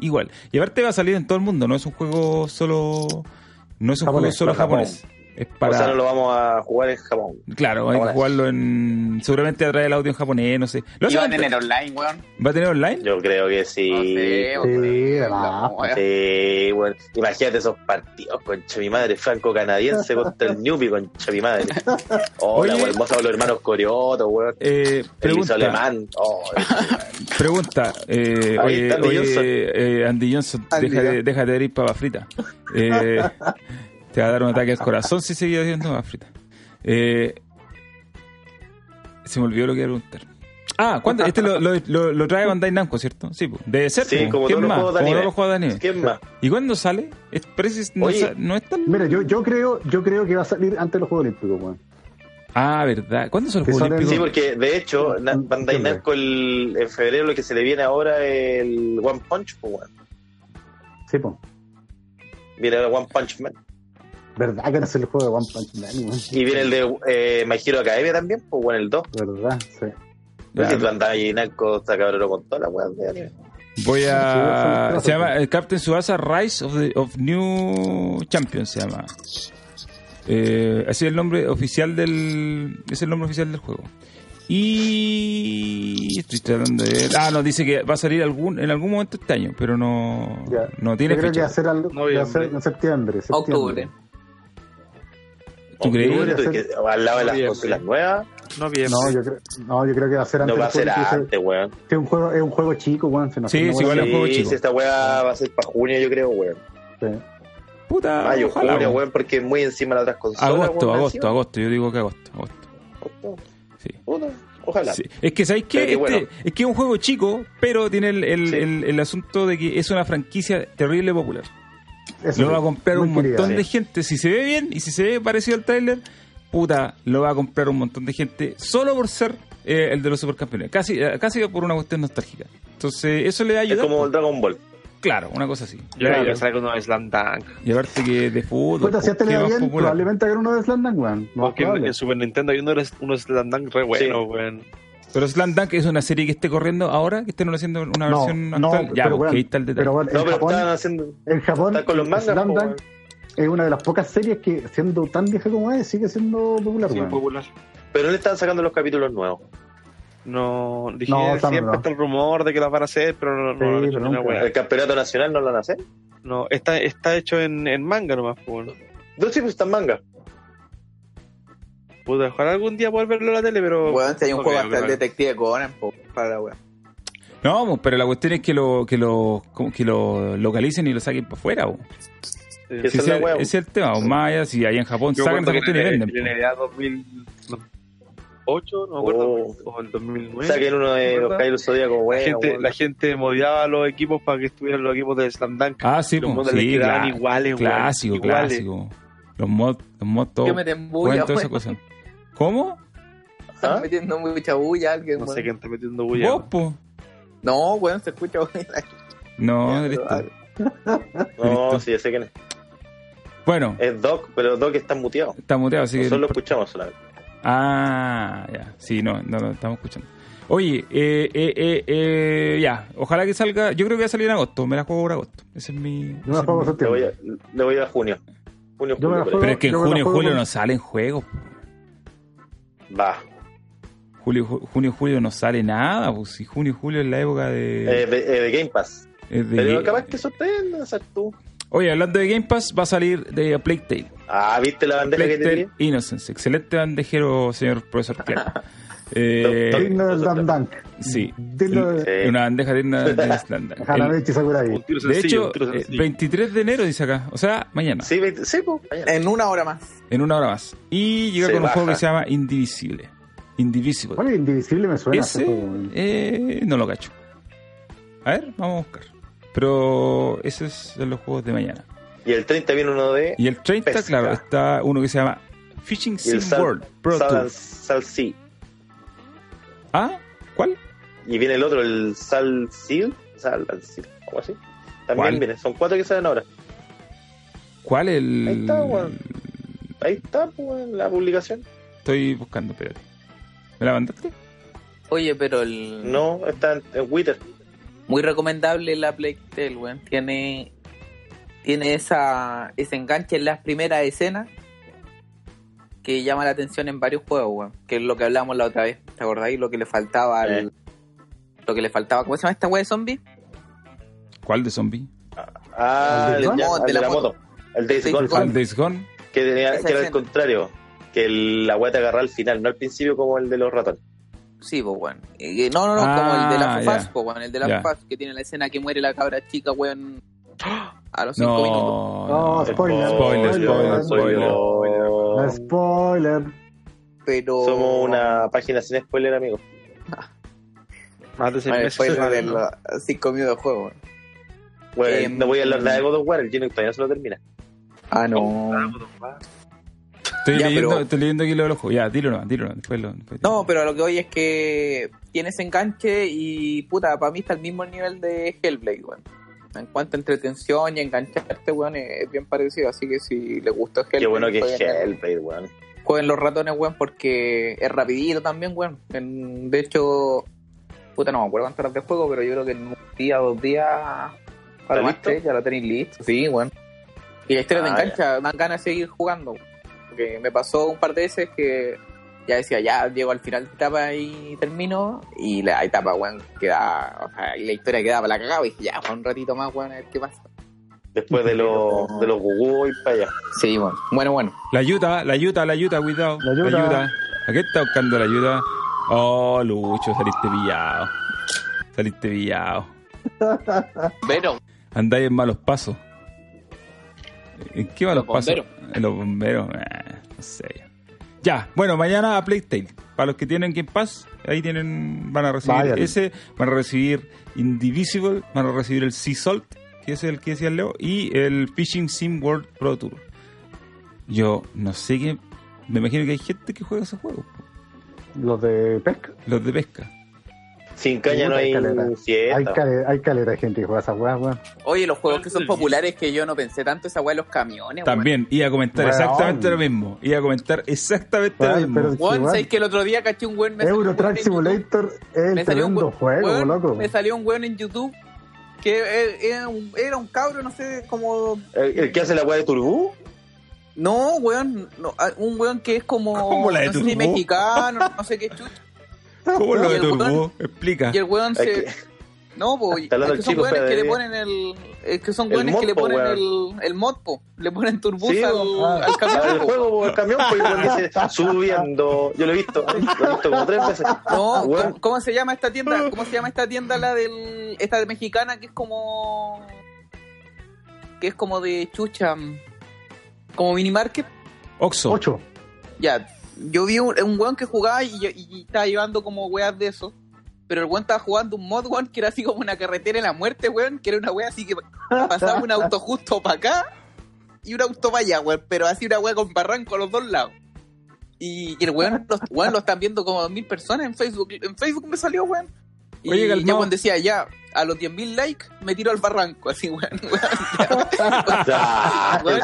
A: igual. Y aparte va a salir en todo el mundo, no es un juego solo no es un
B: Japonés,
A: juego solo
B: claro,
A: japonés. Es para...
D: O sea, no lo vamos a jugar en Japón.
A: Claro, hay que
E: Ahora.
A: jugarlo en... Seguramente atrae el audio en japonés, no sé. ¿Lo
E: Iba a
A: hacen-
E: tener online, weón.
A: ¿Va a tener online?
D: Yo creo que sí.
E: No sé,
B: Sí,
E: weón.
B: además,
E: No,
D: pues.
E: weón.
D: Sí, bueno, imagínate esos partidos, concha mi madre, franco-canadiense contra el Newbie, concha mi madre. Hola,
A: Oye.
D: weón, hermosa los hermanos Corioto, weón.
A: Eh,
D: El liso
A: pregunta,
D: alemán. Oh,
A: pregunta. Eh,
D: Ahí
A: oye,
D: está Andy
A: oye,
D: Johnson.
A: eh, Andy Johnson,
E: Andy
A: deja, de,
E: Johnson.
A: deja de ir papa frita. Eh, te va a dar un ataque al corazón si seguís haciendo papa frita. Eh, se me olvidó lo que iba a preguntar. Ah, ¿cuándo? este lo, lo, lo- lo trae Bandai Namco, ¿cierto? Sí, pues, debe ser.
D: Sí,
A: pues.
D: como
A: ¿Quién
D: todos los
A: más?
D: juegos
A: Como
D: de
A: todos
D: anime.
A: los juegos de anime.
D: ¿Quién más?
A: ¿Y cuándo sale? Es, parece que no,
D: Oye.
A: sa- no es tan...
B: Mira, yo, yo creo yo creo que va a salir antes de los Juegos Olímpicos, weón.
A: Ah, ¿verdad? ¿Cuándo son los
B: Que
A: Juegos
B: sale-
A: Olímpicos?
D: Sí, porque de hecho, Na- Bandai
B: Entiendo.
D: Namco el- en febrero lo que se le viene ahora es el One Punch, pues, weón.
B: Sí, po.
D: Viene el One Punch Man.
B: ¿Verdad que van a ser el juego de One Punch Man, weón?
D: Y viene el de eh, My Hero Academia también, pues, weón, el 2.
B: ¿Verdad? Sí.
D: Pero si
A: Ya,
D: Bandai Namco está cabrero con todas las weas de anime.
A: Voy a.
B: Tsubasa.
A: Se llama eh, Captain Subasa Rise of, the, of New Champions. Se llama. Eh, así es el nombre oficial del. Es el nombre oficial del juego. Y. Estoy tratando de ver. Ah, no, dice que va a salir algún en algún momento este año, pero no.
B: Ya.
A: No tiene
B: yo creo que
A: fecha.
B: va a ser algo va a ser
F: Noviembre.
B: en septiembre, septiembre.
E: Octubre.
A: ¿Tú crees?
D: Octubre, tú-
B: Hacer-
D: que- Al lado de las
F: Noviembre.
D: consolas nuevas,
F: No, bien.
B: No, yo creo, no, yo creo que va a ser antes
D: no va a
B: de
D: ser
B: los Juegos Olímpicos.
D: antes, weón.
B: Es un juego, es un juego chico, weón. se nos
A: Sí,
B: hace una
A: sí,
B: buena
A: vale. juego
D: Sí,
A: chico. Ah.
D: si esta weá va a ser para junio, yo creo, weón.
B: idea.
A: Puta.
D: Mayo,
A: Ah, ojalá,
D: junio,
A: weón.
D: weón, porque es muy encima de las otras consolas.
A: Agosto,
D: weón,
A: agosto,
D: encima.
A: agosto. Yo digo que agosto. agosto. Sí.
D: Puta, Ojalá.
A: Sí. Es que, ¿sabéis qué?
D: Pero
A: Este-
D: bueno.
A: Es que es un juego chico, pero tiene el, el-
D: Sí.
A: el- el asunto de que es una franquicia terrible popular.
B: Eso
A: Lo va a
B: sí,
A: comprar
B: muy
A: un montón
B: querida.
A: de gente. Si se ve bien y si se ve parecido al tráiler, puta, lo va a comprar un montón de gente solo por ser eh, el de los supercampeones. Casi, eh, casi por una cuestión nostálgica. Entonces, eso le va a
D: Es
A: ayudar.
D: como el Dragon Ball.
A: Clalam, una cosa así.
F: Yo creo
A: Claro.
F: que salga uno de Slam Dunk.
A: Y aparte que de fútbol.
B: Puta,
A: pues,
B: si este
A: ¿qué
B: le va
A: más
B: bien,
A: popular?
B: probablemente hagan uno de Slandan, weón. No,
F: Porque en,
B: probable.
F: en Super Nintendo hay uno de unos Slam Dunk re bueno, weón.
A: Pero Slam Dunk es una serie que esté corriendo ahora, que estén haciendo una
B: No,
A: versión
B: no,
A: actual. ya,
B: pero
A: porque
B: bueno,
A: ahí está el detalle.
B: Pero bueno,
D: No,
B: en,
D: pero
B: Japón,
D: estaban haciendo.
B: en Japón,
D: están con los mangas,
B: Slam
D: po,
B: Dunk es una de las pocas series que, siendo tan vieja como es, sigue siendo popular,
F: Sí,
B: weón.
F: popular.
D: Pero no le estaban sacando los capítulos nuevos.
F: No, dije,
B: No, Slam
F: siempre
B: Dunk.
F: está el rumor de que la van a hacer, pero no, no,
B: Sí,
F: no han hecho
B: pero
F: ni una
B: nunca.
F: weá.
D: El campeonato nacional no lo van a hacer.
F: No, está, está hecho en, en manga nomás, po, weón.
D: No, sí, pues están manga.
F: Puta, ojalá algún día poder verlo en la tele, pero.
E: Weón, si hay un
F: no
E: juego
F: creo,
E: hasta el
F: creo.
E: detective Conan, po, para la weón.
A: No, pues, pero la cuestión es que lo, que lo, como que lo localicen y lo saquen para afuera. po.
F: eh,
D: Esa
A: Si
D: es
A: ese,
D: la hueá.
A: ese es el tema. O Maya, si allá en Japón
F: Yo
A: sacan esa
F: recuerdo
A: cuestión
F: que
A: y
F: en el-
A: venden. pues.
F: en
A: po.
F: el edad 2008, no me acuerdo,
D: Oh.
F: o el 2009.
D: Saquen uno de los Kairos Zodíaco,
F: la,
D: weón.
F: gente, la gente modiaba a los equipos para que estuvieran los equipos de Slam Dunk.
A: Ah, sí,
F: los
A: po,
F: modelos
A: sí,
F: les quedaban
A: cla-
F: iguales, weón,
A: clásico,
F: iguales.
A: clásico. Los mods, los mods, todo.
E: Que meten bulla,
A: Oh, bueno, todas
E: weón.
A: esas cosas. ¿Cómo?
E: Están metiendo mucha bulla alguien,
F: No
E: weón.
F: sé quién está metiendo bulla.
A: ¿Vos, po?
E: No, weón, se escucha bulla.
A: No,
E: Ya,
A: eres tú.
E: pero-
A: Listo.
D: No, sí, ya sé quién es.
A: Bueno,
D: Es Doc, pero Doc está muteado.
A: está muteado, así que.
D: Nosotros lo escuchamos solamente.
A: Ah, ya. Sí, no, no, no, estamos escuchando. Oye, eh, eh, eh, eh, ya. Ojalá que salga. Yo creo que va a salir en agosto. Me la juego por agosto. Ese es mi.
B: Yo
A: ese
B: me la
A: es
B: juego
A: mi-
B: en
D: Le voy,
B: septiembre.
D: a, le voy a junio. Junio,
B: Yo me la
D: julio, por
A: Pero es que en
B: Yo me la
A: junio y
B: juego
A: julio
B: con-
A: no salen juegos. po.
D: ahí. Va.
A: Julio, ju- junio y julio no sale nada. Pues si junio y julio es la época de.
D: Eh, de, eh, de Game Pass.
A: es de
D: Pero
A: Ga-
D: capaz que sorprenda, ser tú.
A: Oye, hablando de Game Pass, va a salir de Plague Tale.
D: Ah, ¿viste la bandeja que
A: Plague
D: te tiré?
A: Tale Innocence. Excelente bandejero, señor profesor Clark. Eh,
D: Doctor.
B: Digno del Slam Dunk.
A: sí.
B: Digno de
D: Sí. eh,
A: Una bandeja digna de estándar.
B: Hanabechi
F: Un
B: Sakurai.
A: De
F: tiro sencillo,
A: hecho,
F: un tiro
A: eh,
F: sencillo.
A: 23 de enero dice acá, o sea, mañana,
D: Sí, veinte- sí, pues. mañana.
A: Eh.
E: En una hora más.
A: en una hora más. Y llega
D: Se
A: con un juego
D: baja.
A: que se llama Indivisible. Indivisible.
B: Bueno, Indivisible me suena.
A: Ese
B: ese juego, weón.
A: eh, no lo cacho. A ver, vamos a buscar. Pero ese es de los juegos de mañana.
D: Y el 30 viene uno de
A: Y el 30,
D: Pesca.
A: claro, está uno que se llama Fishing
D: Y
A: Sim
D: el sal-
A: World Pro
D: Sal,
A: Tour.
D: Sal Sea.
A: ¿Ah? ¿Cuál?
D: Y viene el otro, el Sal Seal. Sal Seal, algo así. También
A: ¿Cuál?
D: viene, son cuatro que salen ahora.
A: ¿Cuál el...?
D: Ahí está, weón. Ahí está, pues, en la publicación.
A: Estoy buscando, espérate. ¿Me la mandaste?
E: Oye, pero el...
D: No, está en, en Twitter.
E: Muy recomendable la Playtel, weón. Tiene... Tiene esa, ese enganche en las primeras escenas que llama la atención en varios juegos, weón. Que es lo que hablamos la otra vez, ¿te acordáis? Lo que le faltaba al. Lo que le faltaba. ¿Cómo se llama esta weá de zombie?
A: ¿Cuál de zombie?
D: Ah,
B: ¿El
D: el,
B: de
D: ya,
E: Gone?
D: el de la, moto. El de
E: Sí,
D: Golf.
E: Gone.
A: ¿Al Days Gone?
D: Que, tenía,
E: Esa
D: que era
E: escena.
D: el contrario. Que el- la weá te agarraba al final, no al principio como el de los ratones.
E: Sí, pues, weón. Eh, No, no, no,
A: Ah,
E: como el de la Fufas,
A: ya.
E: pues, weón. El de la
A: Ya.
E: Fufaz, que tiene la escena que muere la cabra chica, weón. ¡ah! A los cinco minutos.
A: No.
B: No, spoiler.
A: Ah, Spoiler, spoiler, spoiler.
B: Ah, Spoiler.
E: Pero.
D: Somos una página sin spoiler, amigo.
F: Más de seis
E: Bueno,
F: meses
E: spoiler
F: sale,
E: de
F: ¿no?
E: los cinco minutos de juego, weón.
D: Bueno,
E: Em,
D: no voy a hablar nada de God of War, el Gino todavía no se lo termina.
E: Ah,
F: Ah,
E: no.
F: puto, va.
A: Estoy,
E: Ya,
A: leyendo,
E: pero-
A: estoy leyendo aquí lo del ojo. Ya, dilo nomás, dilo nomás, Después lo, después te-
E: No, pero a lo que voy es que tiene ese enganche y puta, para mí está al mismo nivel de Hellblade, weón. En cuanto a entretención y engancharte, weón, es bien parecido. Así que si les gustó Hellblade,
D: Qué bueno que es
E: jueguen-
D: Hellblade, weón.
E: Jueguen los ratones, weón, porque es rapidito también, weón. En- de hecho, puta, no me acuerdo cuántas horas de juego, pero yo creo que en un día, dos días, para más
D: listo?
E: tres, ya la tenéis listo. Sí, weón. Y la historia
D: Ah,
E: te engancha, dan ganas de seguir jugando. weón. Porque me pasó un par de veces que ya decía, ya llego al final de etapa y termino. Y la etapa, weón, queda, o sea, y la historia queda para la cagada. Y dije, ya, un ratito más, weón, a ver qué pasa.
D: Después de los de los gugú y para allá.
E: Sí, weón. Bueno, bueno.
A: La ayuda, la ayuda, la ayuda, cuidado.
B: La ayuda.
A: ¿A qué está buscando la ayuda? Oh, Lucho, saliste pillado. Saliste pillado.
E: Pero,
A: Andáis en malos pasos. ¿En qué malos
E: Los bomberos.
A: pasos? En los bomberos. eh, no sé. Ya, bueno, mañana a Playtale. Para los que tienen Game Pass, ahí tienen, van a recibir
B: Vayan.
A: ese, van a recibir Indivisible, van a recibir el Sea Salt, que es el que decía Leo, y el Fishing Sim World Pro Tour. Yo no sé qué. Me imagino que hay gente que juega esos juegos, po,
B: Los de pesca.
A: los de pesca.
D: Sin caña no
B: Puta,
D: hay
B: escalera. Hay
D: fiesta.
B: caleta, hay caleta de gente que juega esas weas, weón.
E: Oye, los juegos que son populares que yo no pensé tanto esa weá de los camiones.
A: También, iba a comentar
B: Weón.
A: exactamente lo mismo. Iba a comentar exactamente lo
B: Weón,
A: mismo.
B: pero-
E: Weón,
B: Igual.
E: ¿sabes que el otro día caché un weón? me salió un
B: Euro Truck
E: weón en YouTube?
B: Simulator es
E: Me
B: el
E: salió un
B: tremendo
E: weón-
B: juego,
E: weón,
B: loco.
E: Me salió un weón en YouTube que era- era un, era un cabro, no sé, como...
D: ¿El, el que hace la weá de Turbú?
E: No, weón, no, ah, un weón que es como...
A: ¿Cómo la de
E: no sé si
A: Turbo?
E: mexicano, no sé qué chucha.
A: ¿Cómo lo
E: Y
A: de
E: el
A: Turbo?
E: weón-
A: Explica.
E: Y el weón
D: Hay
E: se...
D: que-
E: No, po, es
D: Está hablando
E: que
D: el
E: son
D: chico,
E: weones que
D: espera,
E: le
D: eh.
E: ponen el... Es que son
D: El
E: weones que
D: mod,
E: le
D: po,
E: ponen el,
D: weón.
E: el mod, po. Le ponen turbuza
D: Sí,
E: al,
D: po.
E: al
D: Ah,
E: camión,
D: el
E: po.
D: juego po, el camión, pues igual dice subiendo. Yo lo he visto, lo he visto como tres veces.
E: No,
D: Weón.
E: ¿cómo, cómo se llama esta tienda? ¿Cómo se llama esta tienda la del esta de mexicana que es como que es como de chucha, mm, como mini market?
A: Oxo.
B: Ocho.
E: Ya, yo vi un, un weón que jugaba y, y- y estaba llevando como weas de eso. Pero el weón estaba jugando un mod, weón, que era así como una carretera de la muerte, weón, que era una wea así que pasaba un auto justo para acá y un auto para allá, weón, pero así una wea con barranco a los dos lados. Y, y el weón, los, weón, lo están viendo como mil personas en Facebook. En Facebook me salió, weón. Y
A: Oye,
E: ya,
A: calmao.
E: weón, decía, ya, a los 10.000 likes me tiro al barranco, así, weón, weón,
D: Ya.
E: weón.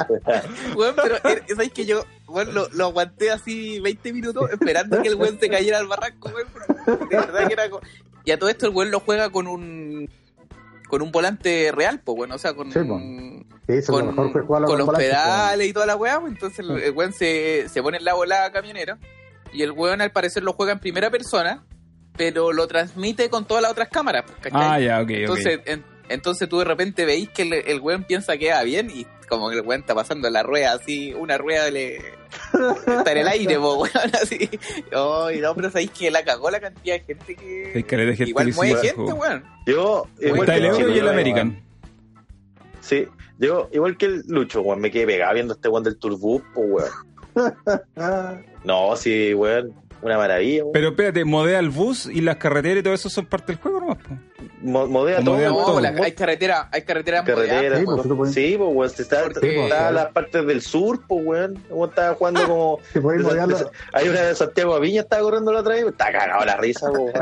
E: Weón, pero er- ¿sabes que yo weón, lo, lo aguanté así 20 minutos esperando que el weón se cayera al barranco, weón? porque De verdad que era como- Y a todo esto el weón lo juega con un con un volante real, pues bueno, o sea, con,
B: Sí, po. Sí, eso es
E: con,
B: lo mejor que juega
E: con los
B: volantes,
E: pedales y toda la weá, pues, entonces el, el weón se, se pone en la volada camionera y el weón al parecer lo juega en primera persona, pero lo transmite con todas las otras cámaras, pues, ¿cachai?
A: Ah, ya, ok, ok.
E: Entonces, en- entonces tú de repente veis que el, el weón piensa que va bien y como que el weón está pasando la rueda así, una rueda le está en el aire, po, weón, así. Ay, no, pero sabéis que la cagó la cantidad de gente que.
A: Hay caleta de gente
E: Igual
A: que
E: mueve
A: sí,
E: gente,
A: po.
E: weón.
D: Yo, igual
A: Eh, Está
D: que
A: el
D: el
A: euro
D: Chino,
A: y el
D: yo-
A: American.
D: Sí, yo, igual que el Lucho, weón, me quedé pegado viendo este weón del Turbú, pues weón.
B: weón.
D: No, sí, weón, una maravilla, weón.
A: Pero espérate, modea el bus y las carreteras y todo eso son parte del juego nomás. po.
D: Mo- Modea
A: Como
D: todo.
A: de
E: No,
A: todo,
D: weón.
E: la- hay carretera, hay carretera,
D: Carretera,
B: Sí,
D: weón.
B: pues, tú puedes-
D: sí, pues, weón, se está,
E: Porque-
D: está las partes del sur, pues, weón. Weón estaba jugando como.
B: Si podéis modearlo,
D: Hay una de Santiago Viña, estaba corriendo la otra vez, está cagado la risa, po, weón.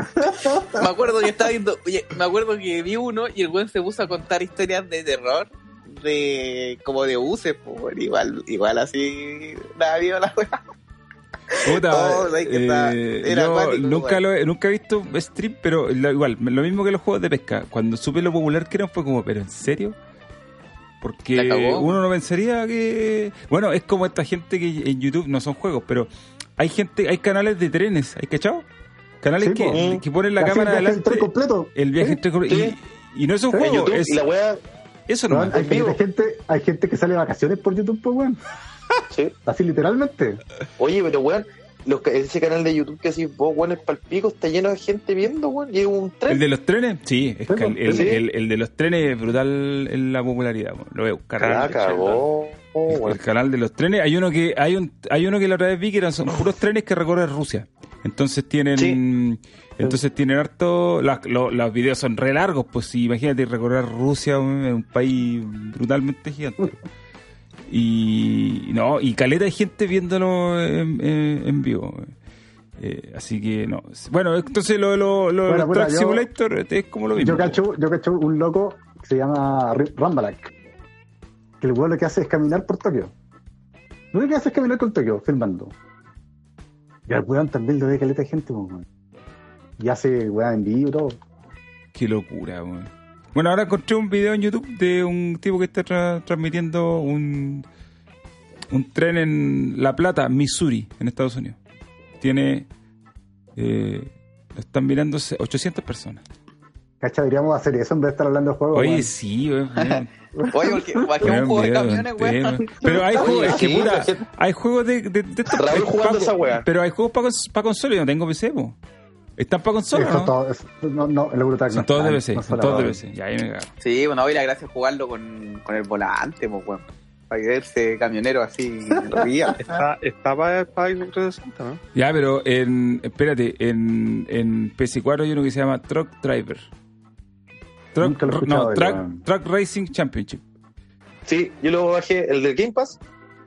E: Me acuerdo que estaba viendo, oye, me acuerdo que vi uno y el weón se puso a contar historias de terror de como de buses, po, weón. igual, igual así, nada vio la weá.
A: Puta,
E: Oh, la que está-
A: eh,
E: era
A: yo
E: acuático,
A: nunca,
E: weón.
A: lo he, nunca he visto stream, pero la- igual, lo mismo que los juegos de pesca. Cuando supe lo popular que eran fue como, ¿pero en serio? Porque
E: La cagó.
A: uno no pensaría que. Bueno, es como esta gente que en YouTube no son juegos, pero hay gente, hay canales de trenes, ¿hay cachado? Canales
B: Sí,
A: que,
B: po.
A: que ponen la
B: Así
A: cámara
B: el viaje en
A: adelante.
B: tren completo.
A: El viaje entre cor-
D: Sí.
A: y, y no es un
D: En
A: juego,
D: ¿Eh? YouTube,
A: Oh, es
D: y la weá,
A: eso
B: Weón,
A: nomás.
B: hay,
D: vivo.
B: hay gente, hay gente que sale de vacaciones por YouTube, pues, weón.
D: sí.
B: Así literalmente.
D: Oye, pero weón, los, ca- ese canal de YouTube que decís vos, weón, es palpico, está lleno de gente viendo, weón, y es un tren.
A: ¿El de los trenes? Sí, es
B: Sí,
A: que el, el-
D: ¿Eh? sí.
A: el- el de los trenes es brutal en la popularidad. po. Lo voy a buscar.
D: Ah,
F: Canal de
D: cagó.
A: El-
D: weón.
A: el canal de los trenes. Hay uno que hay un, hay uno que la otra vez vi que eran son puros trenes que recorren Rusia. Entonces tienen entonces tienen harto las- lo- los videos son re largos, pues si imagínate recorrer Rusia un- en un país brutalmente gigante. Y no, y caleta de gente viéndolo en, en- en vivo. Eh, así que no. Bueno, entonces lo de lo, lo,
B: Bueno,
A: los
B: puta,
A: Truck
B: yo-
A: Simulator es como lo mismo.
B: Yo cacho, yo cacho un loco que se llama Ri- Rambalak. Que el weón lo que hace es caminar por Tokio. Lo único que hace es caminar por Tokio, filmando. Y al weón también lo ve caleta de gente, pues, weón. Y hace weón en vivo y todo.
A: Qué locura, weón. Bueno, ahora encontré un video en YouTube de un tipo que está tra- transmitiendo un, un tren en La Plata, Missouri, en Estados Unidos. Tiene. eh, lo están mirando se- 800 personas.
B: Cacha, deberíamos hacer eso en vez de estar hablando de juegos.
A: Oye,
B: Oh, weón.
A: sí, weón. weón.
E: Oye, porque bajé un
A: Weón,
E: juego de
A: video,
E: camiones,
A: weón,
E: weón.
A: weón. Pero hay juegos, es que
D: Sí,
A: puta,
D: la gente-
A: hay juegos de, de, de estos-
D: Raúl
A: hay pa-
D: jugando esa weá.
A: Pero hay juegos para consola, yo no tengo PC, po. Están para consola,
B: Eso
A: ¿no?
B: todo- eso- no, no, el Eurotrack
A: Son
B: no
A: todos
B: está,
A: de PC,
B: no
A: son
B: está
A: todos de
B: grabado.
A: PC. Ya, ahí me cago.
E: Sí, bueno, hoy la gracia es jugarlo con, con el volante, pues, weón. Para verse camionero así en realidad.
F: Está, está para, para Xbox 360, ¿no?
A: Ya, pero en, espérate, en, en PS4 hay uno que se llama Truck Driver. Truck,
B: Nunca lo he
A: no,
B: escuchado,
A: Truck,
B: weón.
A: Truck Racing Championship.
D: Sí, yo lo bajé, el del Game Pass,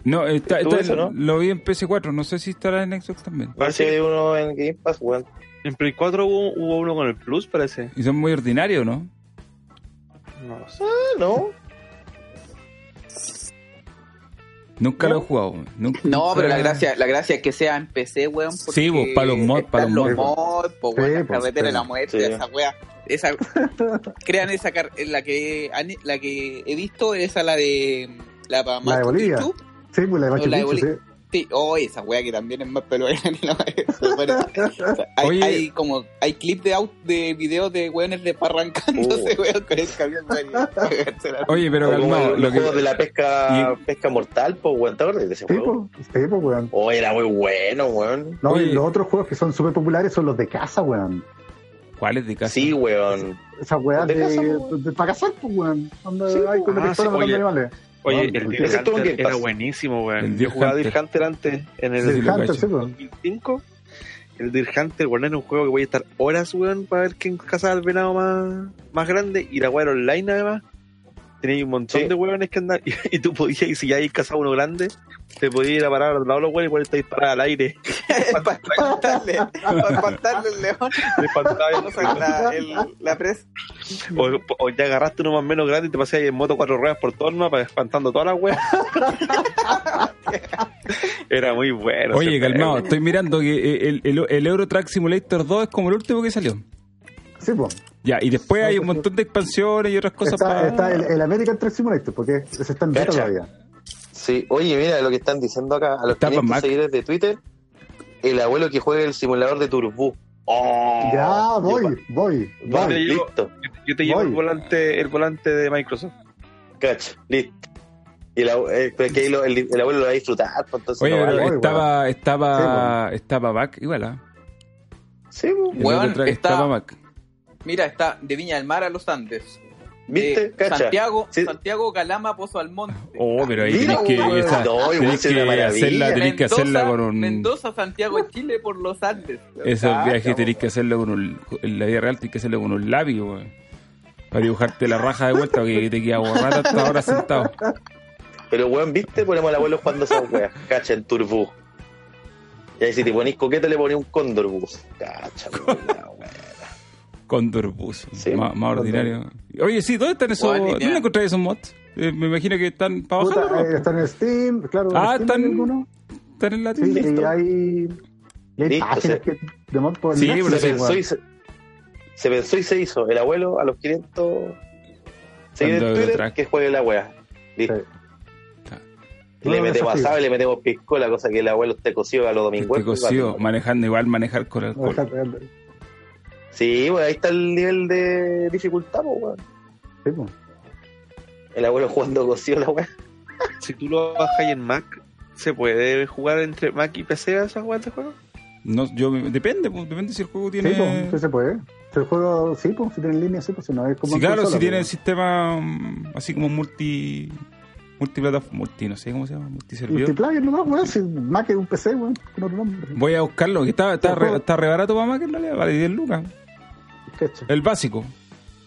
A: No, está,
D: Estuvo
A: está-
D: eso, ¿no?
A: lo vi en PS4, no sé si estará en Xbox también.
D: parece
F: Parece
D: que hay uno en Game Pass, weón.
F: En Play 4 hubo, hubo uno con el Plus, parece.
A: Y son muy ordinarios, ¿no?
F: No lo sé.
D: Ah, no.
A: Nunca
D: ¿No?
A: lo he jugado. weón. Nunca-
E: No, pero la
A: nunca-
E: gracia, la gracia es que sea en PC, weón. porque
A: Ah. Sí, vos, pa' los mods, pa'
E: están
A: los
E: los
A: mods.
E: mods, po,
B: Sí,
E: weón, la
B: pues,
E: carretera de
B: sí.
E: la muerte,
D: Sí.
E: esa weá. Esa, crean esa car la que han- la que he visto, esa la de la, pa-
B: La de
E: Machu
B: Bolivia.
E: Picchu.
B: Sí, pues la de Machu
E: la de
B: Picchu,
E: Bolivia. Sí, oh, esa weá que también es más peluera que la madre. Bueno, hay,
A: Oye.
E: hay como hay clip de out de videos de weones de
A: Uh.
E: parrancándose, weón, con el camión weón, y cagarse la-
A: Oye, pero
D: O como
A: calmado,
D: el-
A: lo
D: los
A: que-
D: juegos de la pesca pesca mortal, pues, weón. ¿Te acuerdas de ese
B: sí. Sí,
D: juego?
B: pues, sí, pues, weón.
D: Oh, era muy bueno, weón.
B: No,
A: Oye.
B: y los otros juegos que son súper populares son los de casa, weón.
A: ¿Cuál es de casa?
D: Sí, weón.
B: Esas weas
D: ¿De
B: de,
D: casa,
B: de,
D: weón?
B: para cazar, pues, weón. Donde
D: Sí,
B: hay con
F: pues.
B: una
F: Ah,
B: pistola
F: sí,
B: matando
F: oye.
B: animales.
A: Ah,
F: Oye,
B: Weón,
F: el
B: porque-
F: Deer
D: ese estuvo en
F: Hunter
D: Game
F: era
D: Pass.
F: buenísimo,
A: El Deer
F: weón. Yo jugaba
A: Hunter.
F: Deer Hunter antes, en el
A: Sí,
B: Deer
A: lo
B: Hunter,
A: cacho.
B: sí, pues.
F: 2005. El Deer Hunter, weón, era un juego que voy a estar horas, weón, para ver quién cazaba el venado más, más grande. Y la weá era online, además. Tenía un montón
D: Sí.
F: de weones que andar. Y, y tú podías, y si ya habías cazado uno grande, te podías ir a parar al lado de los weones y podías disparar al aire.
E: para espantarle, para espantarle el león,
F: De pantalla.
E: vamos a la, el- la presa.
F: O, o ya agarraste uno más o menos grande y te pasé ahí en moto cuatro ruedas por todo el mapa, espantando todas las weas. Era muy bueno.
A: Oye,
F: ese
A: calmado,
F: juego.
A: estoy mirando que eh, el, el, el Euro Truck Simulator 2 es como el último que salió.
B: Sí, pues.
A: Ya, y después hay un montón de expansiones y otras cosas
B: Está,
A: para...
B: está el, el American Truck Simulator, porque se está en beta
D: Cacha.
B: todavía.
D: Sí, oye, mira lo que están diciendo acá a los
A: Está pa'
D: 500
A: Mac.
D: seguidores de Twitter. El abuelo que juega el simulador de Turbú. Oh,
B: ya, voy,
D: Yo-
B: voy,
D: Vale,
B: voy.
F: yo-
D: listo.
F: Yo te llevo
B: Voy.
F: el volante, el volante de Microsoft.
D: Cacho, listo. Y el, abue- eh, pero es que ahí lo- el, el abuelo lo va a disfrutar, pues, entonces
A: Oye,
D: no
A: pero
D: vale.
B: Oye,
A: estaba, estaba, estaba Back igual, ¿ah?
D: Sí, pues,
A: El
E: Weón,
A: otro track
E: está-
A: estaba Mac.
E: Mira, está de Viña del Mar a los Andes.
D: ¿viste?
E: De
D: Cacha.
E: eh, Santiago,
D: Sí.
E: Santiago, Calama, Pozo Almonte.
A: Oh, pero ahí
D: Mira,
A: tenés que,
D: weón.
A: esa-
D: No, igual
A: tenés
D: sería
A: que
D: una maravilla.
A: hacerla, tenés que hacerla con un...
E: Mendoza, Santiago, de Chile por los Andes.
A: Esos
E: Ah,
A: viajes
E: ya,
A: tenés que hacerlo con un... En la vida real tenés que hacerlo con un lápiz, weón. Para dibujarte la raja de vuelta, que te queda borrada hasta ahora sentado.
D: Pero weón, ¿viste? Ponemos al abuelo jugando esas weas. Cacha, en Turbú. Y ahí si te ponís coqueta le ponés un cóndor bus. Cacha, weón, la wea.
A: Condor Bus,
D: Sí,
A: más, más
B: Condor.
A: ordinario. Oye, sí, ¿dónde están esos...
E: Weón, ni idea.
A: ¿Dónde encontráis esos mods? Eh, me imagino que están para
B: Puta,
A: bajarlo,
B: eh,
A: ¿no?
B: está en Steam, claro. en
A: Ah,
B: Steam
A: están-
B: hay algunos.
A: Están en la
B: Sí,
A: tienda.
B: y hay. Y hay
D: Listo,
B: páginas
D: sí.
B: que de mod por
A: Sí,
B: Netflix,
A: pero
D: se,
A: sí,
D: pensó
B: weón.
D: y se, se pensó y se hizo. El abuelo a los 500 seguidores
A: Cuando
D: de Twitter
A: track.
D: que juegue la wea. Listo.
B: Sí. No,
D: Y le
B: no,
D: metemos
B: desafío.
D: asado y le metemos piscola, cosa que el abuelo esté cocido a los domingos.
A: Este cocido, manejando igual, manejar con alcohol.
D: Sí, bueno, ahí está el nivel de dificultad, pues, weón.
B: Sí, po.
D: El abuelo jugando cocido la weá.
F: Si tú lo bajas en Mac, ¿se puede jugar entre Mac y PC a esas weas de juego?
A: No, yo, me- depende, pues, depende si el juego
B: Sí, po,
A: tiene...
B: pues, sí se puede. Si el juego, sí, po, si tiene línea, sí, pues si no es como.
A: Sí,
B: en
A: claro,
B: consola,
A: si tiene
B: po.
A: el sistema mm, así como multi... Multiplataforma, multi, no sé cómo se llama, multiservidor.
B: Multiplayer nomás, weón. Si Mac es un PC, weón. Con otro nombre.
A: Voy a buscarlo, que está, está,
B: Este
A: re,
B: juego-
A: está re barato para más que en realidad, vale 10 lucas.
B: Cacha.
A: El básico.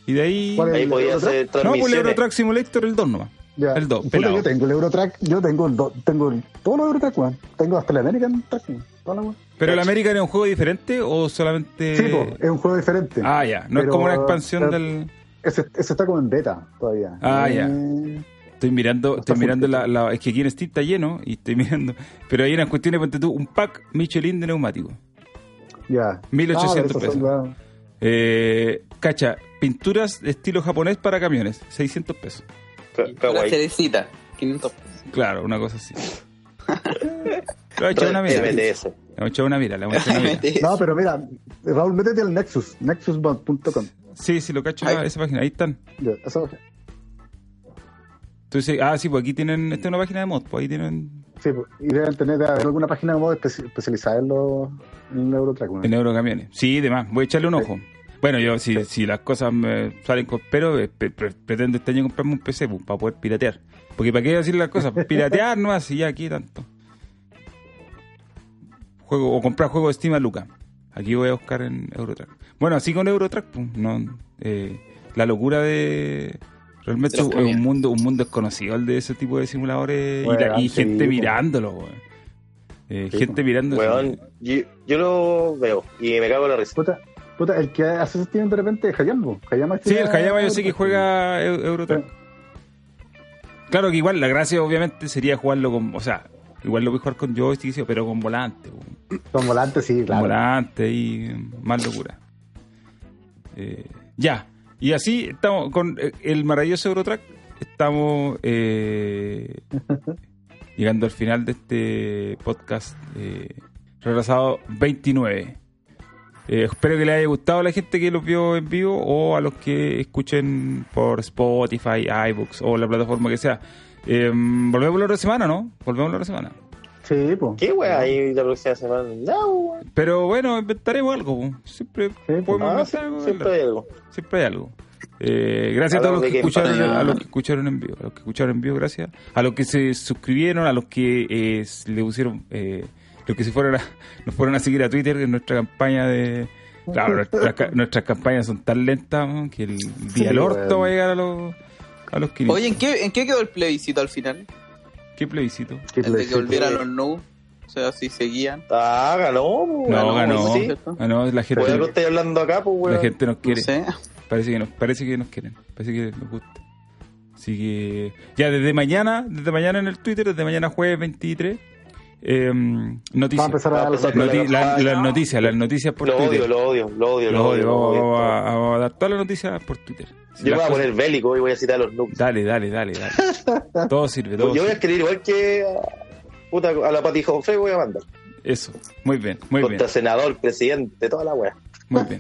A: Y de ahí...
B: ¿Cuál es?
D: Ahí
B: ¿El
D: podía
B: Eurotrack?
D: hacer
A: No, pues el
D: transmisiones.
A: Euro Truck Simulator el 2 nomás.
B: Ya.
A: El dos,
B: Puta,
A: pelado.
B: yo tengo el Eurotrack, yo tengo el do- tengo el- todos los Eurotrack, weón. Tengo hasta el American Track, weón. Toda la weón.
A: ¿Pero el American es un juego diferente o solamente...?
B: Sí, po, es un juego diferente.
A: Ah, ya. No es
B: Pero,
A: como una expansión
B: eh,
A: del...
B: Ese, ese está como en beta todavía.
A: Ah, ya.
B: Eh,
A: Estoy mirando,
B: Está
A: estoy
B: full
A: mirando la,
B: techo.
A: la- Es que aquí en Steam está lleno y estoy mirando... Pero hay unas cuestiones, ponte tú, un pack Michelin de neumáticos.
B: Ya.
A: 1800
B: Ah, pero esos son,
A: pesos.
B: weón.
A: Eh, cacha, pinturas de estilo japonés para camiones, 600 pesos.
D: Ca-
E: Una
D: kawaii.
E: cerecita. 500.
A: Claro, una cosa así. Le voy a echar una mira. Le
D: MTS.
A: voy a echar una mira, le voy a echar una mira.
B: No, pero mira, Raúl, métete al Nexus, nexusbot.com.
A: Sí, sí, lo cacho
E: Ahí.
A: en esa página, ahí están.
B: Ya, eso-
A: Entonces, ah, sí, pues aquí tienen, esta es una página de mod, pues ahí tienen
B: Sí, pues, y deben tener debe haber alguna página de modo espe- especializada en los en el Eurotrack. weón.
A: en Eurocamiones. Sí, demás, voy a echarle un ojo. Bueno, yo, si, si las cosas me salen con pero, eh, pe- pre- pretendo este año comprarme un PC, pues, para poder piratear. Porque para qué decir las cosas, piratear no así ya aquí tanto. Juego, o comprar juegos de Steam a Luca. Aquí voy a buscar en Eurotrack. Bueno, así con Eurotrack, pues, no, eh, la locura de realmente
E: De los
A: es un
E: camiones.
A: mundo, un mundo desconocido el de ese tipo de simuladores y
B: Weón,
A: la- y,
B: sí,
A: gente
B: po.
A: mirándolo, weón. Eh,
B: Sí,
A: gente mirando
D: Weón, yo, yo lo veo y me cago en la risa.
B: Puta, puta, el que hace ese tiempo de repente es Hayam, po. Hayama
A: Sí,
B: hacía
A: el Hayama yo sé
B: Eurotrack,
A: que juega Eu- Eurotrack. Claro que igual la gracia obviamente sería jugarlo con, o sea, igual lo voy a jugar con joystick, sí, pero con volante, po. con
B: weón. Con volante, sí, claro.
A: volante y mm, más locura. Eh, ya, y así estamos con eh, el maravilloso Eurotrack, estamos eh, llegando al final de este podcast eh, retrasado 29. Eh, espero que les haya gustado a la gente que los vio en vivo o a los que escuchen por Spotify, iBooks o la plataforma que sea. Eh, volvemos la otra semana, ¿no? Volvemos la otra semana.
B: Sí, pues.
D: ¿Qué weón? Ahí la próxima semana. No, weón.
A: Pero bueno, inventaremos algo. po. Siempre
B: pues.
A: podemos
D: Ah, sí,
A: inventar algo.
D: siempre hay algo.
A: Siempre hay algo. Eh, gracias a todos
D: Hablamos
A: los
D: de
A: que,
D: Game
A: escucharon,
E: Pass.
A: a los que escucharon en vivo. A los que escucharon en vivo, gracias. A los que se suscribieron, a los que eh, s- le pusieron... Eh, los que se fueron a- nos fueron a seguir a Twitter en nuestra campaña de... Claro, nuestras, ca- nuestras campañas son tan lentas man, que el día del orto
B: bueno.
A: va a llegar a los, a los 500.
E: Oye, ¿en qué, ¿en qué quedó el plebiscito al final?
A: ¿Qué plebiscito?
B: Qué
E: El de Este que
B: plebiscito.
E: volvieran los no. O sea, si seguían.
D: Ah, ganó, weón.
A: No, ganó.
D: Sí.
E: ¿cierto?
A: Ah, no, la gente,
D: Por algo estoy hablando acá, pues,
A: la
D: weón.
A: gente nos
E: No
A: quiere.
E: sé.
A: Parece que nos, parece que nos quieren, parece que nos gusta. Así que ya desde mañana, desde mañana en el Twitter, desde mañana jueves 23, eh,
B: Va a
A: noticias.
B: empezar a dar los
D: Va a empezar
A: Noti- la- las noticias, las noticias por
D: Lo
A: Twitter.
D: odio, lo odio, lo odio,
A: Los
D: lo
A: odio,
D: odio. lo odio.
A: vamos a, vamos a dar todas las noticias por Twitter. Si
D: Yo me
A: las
D: voy a
A: cosas-
D: poner bélico y voy a citar a los noobs.
A: Dale, dale, dale, dale. todo sirve, todo
D: Yo voy a
A: sirve.
D: escribir igual que a, puta, a la Pati Fe voy a mandar.
A: Eso, muy bien, muy bien,
D: Contra senador, presidente, toda la weá.
A: muy bien,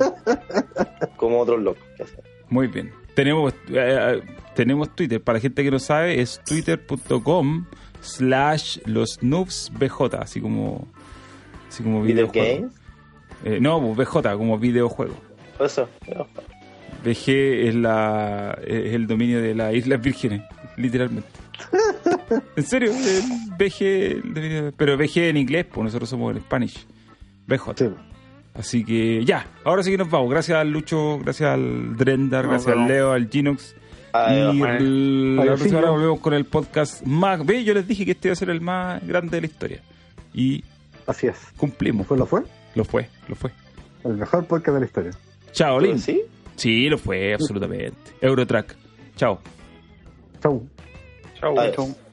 D: Como otros locos. ya sabes.
A: muy bien. Tenemos, eh, tenemos Twitter, para la gente que no sabe, es twitter.com slash los noobs BJ, así como... Así como
D: Video
A: videojuego.
D: games.
A: Eh, no, pues, BJ, como videojuego.
D: Eso. no.
A: BG es, la, es el dominio de las Islas Vírgenes, literalmente. ¿En serio? eh, BG, el dominio- pero BG en inglés, pues nosotros somos en Spanish. BJ.
B: Sí, po.
A: Así que ya, ahora sí que nos vamos. Gracias al Lucho, gracias al Drendar,
F: Nos
A: gracias al
F: vemos.
A: Leo, al Ginox.
D: Adiós.
A: y
F: bueno.
A: el- la
B: Adiós,
A: próxima semana
B: Gino.
A: volvemos con el podcast más. Ve, yo les dije que este iba a ser el más grande de la historia. Y
B: Así es.
A: cumplimos.
B: Pues lo fue,
A: Lo fue, lo fue.
B: el mejor podcast de la historia.
A: Chao, Lin.
D: ¿Sí?
A: Sí, lo fue, absolutamente. Eurotrack. Chao.
B: Chau.
F: Chau.
D: Adiós.
E: Chau.